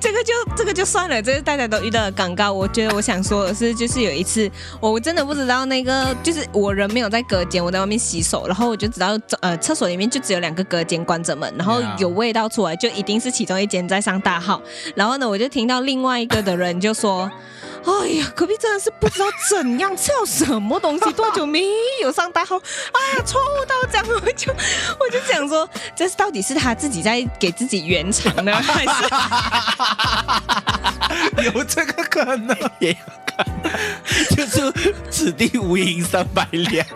[SPEAKER 3] 这个就这个就算了，这是大家都遇到的尴尬。我觉得我想说的是，就是有一次我真的不知道那个，就是我人没有在隔间，我在外面洗手，然后我就知道呃厕所里面就只有两个隔间关着门，然后
[SPEAKER 1] Yeah.
[SPEAKER 3] 有味道出来，就一定是其中一间在上大号。然后呢，我就听到另外一个的人就说。哎呀，隔壁真的是不知道怎样叫什么东西，多久没有上大号，哎呀，臭到这样， *laughs* 我就我就想说，这是到底是他自己在给自己圆场呢，还是
[SPEAKER 2] 有这个可能。
[SPEAKER 1] *laughs* 也有看，就是此地无银三百两。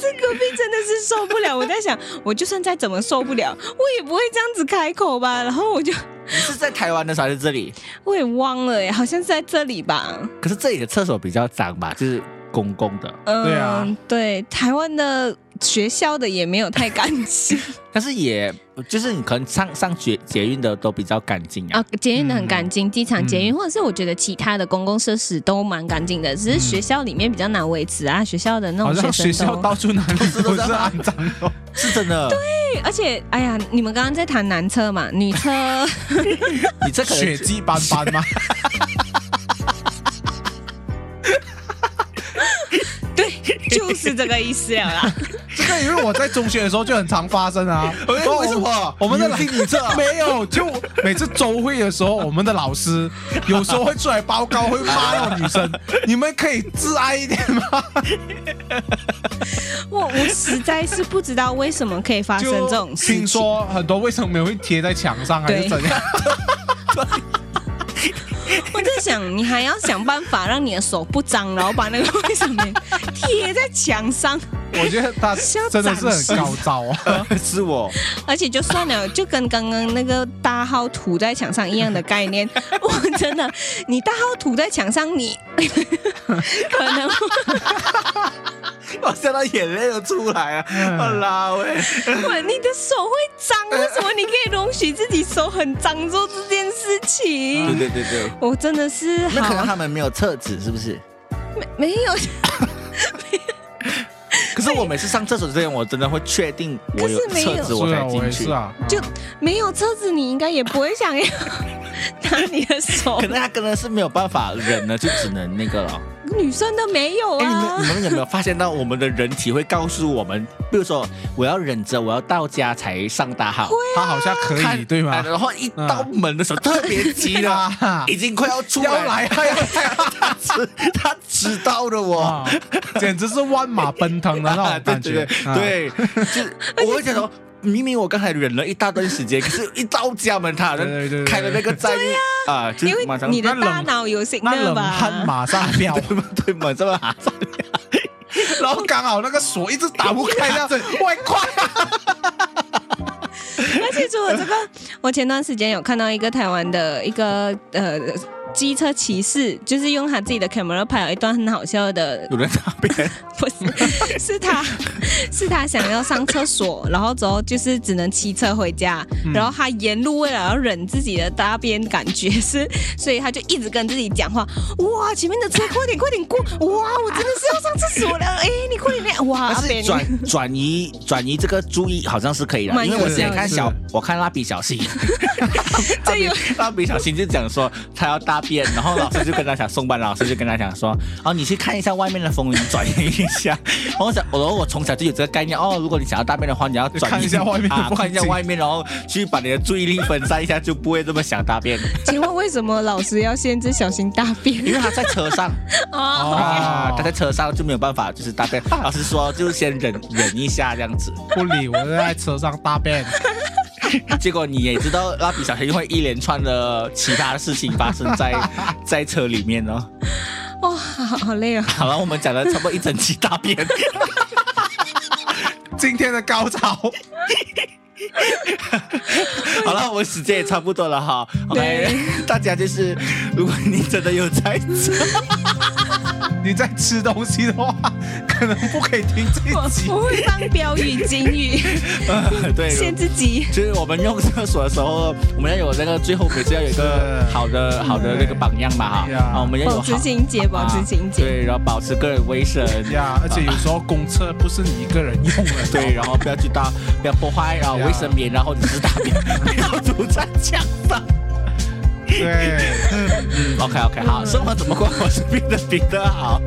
[SPEAKER 3] 这隔壁真的是受不了。我在想，我就算再怎么受不了，我也不会这样子开口吧。然后我就
[SPEAKER 1] 你是在台湾的时候还是这里？
[SPEAKER 3] 我也忘了耶，好像是在这里吧。
[SPEAKER 1] 可是这里的厕所比较脏吧，就是公共的，
[SPEAKER 3] 嗯，
[SPEAKER 2] 对啊，
[SPEAKER 3] 对，台湾的学校的也没有太干
[SPEAKER 2] *laughs*
[SPEAKER 3] 净
[SPEAKER 1] 但是也就是你可能上上学捷运的都比较干净啊。
[SPEAKER 3] 啊，捷运的很干净，机场
[SPEAKER 2] 嗯
[SPEAKER 3] 捷运、或者是我觉得其他的公共设施都蛮干净的，只是学校里面比较难维持啊，学校的
[SPEAKER 2] 嗯
[SPEAKER 3] 那
[SPEAKER 2] 好
[SPEAKER 3] 种
[SPEAKER 2] 像学
[SPEAKER 3] 学生
[SPEAKER 2] 校
[SPEAKER 3] 都。
[SPEAKER 2] 到处哪里都是肮脏的，
[SPEAKER 1] 是真的，
[SPEAKER 3] 对而且，哎呀，你们刚刚在谈男厕嘛，女厕 *laughs*
[SPEAKER 1] 你这可能
[SPEAKER 2] 血迹斑斑吗？
[SPEAKER 3] 对，就是这个意思了啦。
[SPEAKER 2] 这个因为我在中学的时候就很常发
[SPEAKER 1] *laughs*
[SPEAKER 2] 生啊。
[SPEAKER 1] 哎为什么
[SPEAKER 2] 我们的老
[SPEAKER 1] 你有听你这
[SPEAKER 2] *laughs* 没有，就每次周会的时候，我们的老师有时候会出来报告，会骂到
[SPEAKER 1] *laughs*
[SPEAKER 2] 女生，你们可以自爱一点吗？
[SPEAKER 3] 我我实在是不知道为什么可以发生这种
[SPEAKER 2] 就
[SPEAKER 3] 事情。
[SPEAKER 2] 听说很多卫生棉会贴在墙上还是
[SPEAKER 3] 对
[SPEAKER 2] 怎样？
[SPEAKER 3] 我在想，你还要想办法让你的手不脏，然后把那个卫生棉贴在墙上，
[SPEAKER 2] *laughs* 我觉得他真的是很高招啊！
[SPEAKER 1] *laughs* 是我，
[SPEAKER 3] 而且就算了，就跟刚刚那个大号涂在墙上一样的概念。我真的，你大号涂在墙上，你可能
[SPEAKER 1] 我笑到眼泪都出来了。我拉喂，
[SPEAKER 3] 会你的手会脏，为什么你可以容许自己手很脏做这件事
[SPEAKER 1] 对
[SPEAKER 3] 情？
[SPEAKER 1] 对对对，
[SPEAKER 3] 我真的是
[SPEAKER 1] 呃 *laughs* 那可
[SPEAKER 3] 好
[SPEAKER 1] 能他们没有厕纸，是不是？
[SPEAKER 3] 没有。
[SPEAKER 1] *laughs* 可是我每次上厕所之前，我真的会确定我有
[SPEAKER 3] 可是没
[SPEAKER 1] 厕 *laughs*
[SPEAKER 3] 有
[SPEAKER 1] 纸，
[SPEAKER 2] 是
[SPEAKER 1] 才
[SPEAKER 2] 啊，我
[SPEAKER 1] 进
[SPEAKER 2] 也
[SPEAKER 1] 去
[SPEAKER 2] 是。啊，
[SPEAKER 3] 就没有车子，你应该也不会想要 *laughs* 拿你的手
[SPEAKER 1] 可。能他真的是没有办法忍了，就只能那个
[SPEAKER 3] *laughs*
[SPEAKER 1] 了。
[SPEAKER 3] 女生的没有
[SPEAKER 1] 哎、你们
[SPEAKER 3] 啊
[SPEAKER 1] 你，们有没有发现到我们的人体会告诉我们，比如说我要忍着，我要到家才上大号，
[SPEAKER 2] 他好像可
[SPEAKER 3] 啊
[SPEAKER 2] 以对吗？
[SPEAKER 1] 然后一到门的时候特别急 *laughs* 了，
[SPEAKER 2] 啊
[SPEAKER 1] 已经快要出
[SPEAKER 2] 要
[SPEAKER 1] 来了，啊
[SPEAKER 2] 来啊要来啊！
[SPEAKER 1] *laughs* 他知他知道了我。
[SPEAKER 2] 哇， *laughs* 简直是万马奔腾的那
[SPEAKER 1] 啊，
[SPEAKER 2] 种
[SPEAKER 1] 对
[SPEAKER 2] 感
[SPEAKER 1] 对
[SPEAKER 2] 觉
[SPEAKER 1] *laughs* 对，。
[SPEAKER 3] *laughs*
[SPEAKER 1] 对，就是我会觉得，明明我刚才忍了一大段时间，可是一到家门，他好像
[SPEAKER 2] 对对对对
[SPEAKER 1] 开了那个战啊，就
[SPEAKER 3] 因
[SPEAKER 1] 是
[SPEAKER 3] 为
[SPEAKER 1] 马上
[SPEAKER 3] 你的
[SPEAKER 2] 那
[SPEAKER 3] 大
[SPEAKER 2] 冷
[SPEAKER 3] 脑有
[SPEAKER 2] 那
[SPEAKER 3] signal
[SPEAKER 2] 冷汗
[SPEAKER 3] 吧？
[SPEAKER 2] 马上飙，
[SPEAKER 1] *laughs* 对马上马上，
[SPEAKER 2] 然后刚好那个锁一直打不开，这样子，快快啊！
[SPEAKER 3] 而且除了这个，我前段时间有看到一个台湾的一个呃机车骑士，就是用他自己的 camera 拍了一段很好笑的
[SPEAKER 1] 有人那 *laughs* 边
[SPEAKER 3] *laughs* 不
[SPEAKER 1] *laughs*
[SPEAKER 3] 是，是他，是他想要上厕所，然后之后就是只能骑车回家，
[SPEAKER 1] 嗯
[SPEAKER 3] 然后他沿路为了要忍自己的大便，感觉是，所以他就一直跟自己讲话，哇，前面的车快点快点过，哇，我真的是要上厕所了，哎、你快点来，哇，阿
[SPEAKER 1] 但
[SPEAKER 3] 北
[SPEAKER 1] 是
[SPEAKER 3] 你
[SPEAKER 1] 转转移转移这个注意好像是可以的，
[SPEAKER 3] 蛮
[SPEAKER 1] 因为我
[SPEAKER 3] 有
[SPEAKER 1] 之前
[SPEAKER 3] 效
[SPEAKER 1] 看
[SPEAKER 2] 的
[SPEAKER 1] 小
[SPEAKER 2] 是，
[SPEAKER 1] 我看蜡笔小新，蜡
[SPEAKER 3] 这
[SPEAKER 1] 笔
[SPEAKER 3] 有
[SPEAKER 1] 蜡笔小新就讲说他要大便，然后老师就跟他讲，宋班老师就跟他讲说，哦，你去看一下外面的风云，转移一下。然后想，然后我从小就有这个概念，哦，如果你想要大便的话，你要转移
[SPEAKER 2] 看一下外面的
[SPEAKER 1] 啊，
[SPEAKER 2] 风景
[SPEAKER 1] 看一下外面，然后去把你的注意力分散一下，就不会这么想大便，
[SPEAKER 3] 请问为什么老师要限制小心大
[SPEAKER 1] 因 *laughs*
[SPEAKER 3] 便
[SPEAKER 1] 为他在车上。
[SPEAKER 3] 啊？
[SPEAKER 1] 啊
[SPEAKER 2] 哦，
[SPEAKER 1] 他在车上就没有办法，就是大便。老师说，就是先忍忍一下这样
[SPEAKER 2] *laughs*
[SPEAKER 1] 子。
[SPEAKER 2] 不理我，在车上大便。
[SPEAKER 1] 结果你也知道，蜡笔小新会一连串的其他事情发生在在车里面哦。
[SPEAKER 3] 哇、好好累哦。
[SPEAKER 1] 好了，我们讲了差不多一整期大便，
[SPEAKER 2] 今天的高潮，
[SPEAKER 1] *laughs* 好了，我们时间也差不多了哈。OK，
[SPEAKER 3] 对
[SPEAKER 1] 大家就是，如果你真的有在吃，
[SPEAKER 2] 你在吃东西的话，可能不可以听这
[SPEAKER 3] 我
[SPEAKER 2] 一集。
[SPEAKER 3] 我会放标语、警语，
[SPEAKER 1] *laughs* 对，
[SPEAKER 3] 限制级。
[SPEAKER 1] 就是我们用厕所的时候，我们要有那个最后每次要有一个
[SPEAKER 2] 是
[SPEAKER 1] 好的好的那个榜样嘛哈，
[SPEAKER 2] Yeah
[SPEAKER 1] 啊，我们要有
[SPEAKER 3] 嗯保
[SPEAKER 1] 好啊
[SPEAKER 3] 持清洁，保持清洁。
[SPEAKER 1] 对，然后保持个人卫生，
[SPEAKER 2] 呀，而且有时候公厕不是你一个人用的，
[SPEAKER 1] 对，然后不要去搭，不要破坏啊
[SPEAKER 2] Yeah
[SPEAKER 1] 卫生棉，然后你是大便， *laughs* 不要堵在墙上。
[SPEAKER 2] 对，
[SPEAKER 1] 嗯，OK OK，好，生活怎么过？我是变得比得好，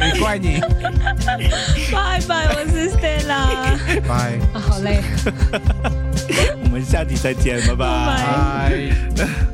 [SPEAKER 2] 没怪你。
[SPEAKER 3] 拜拜，我是 Stella。
[SPEAKER 2] *laughs* 拜
[SPEAKER 3] 啊，好累。
[SPEAKER 1] 我们下期再见，拜拜
[SPEAKER 3] 拜拜
[SPEAKER 2] 拜。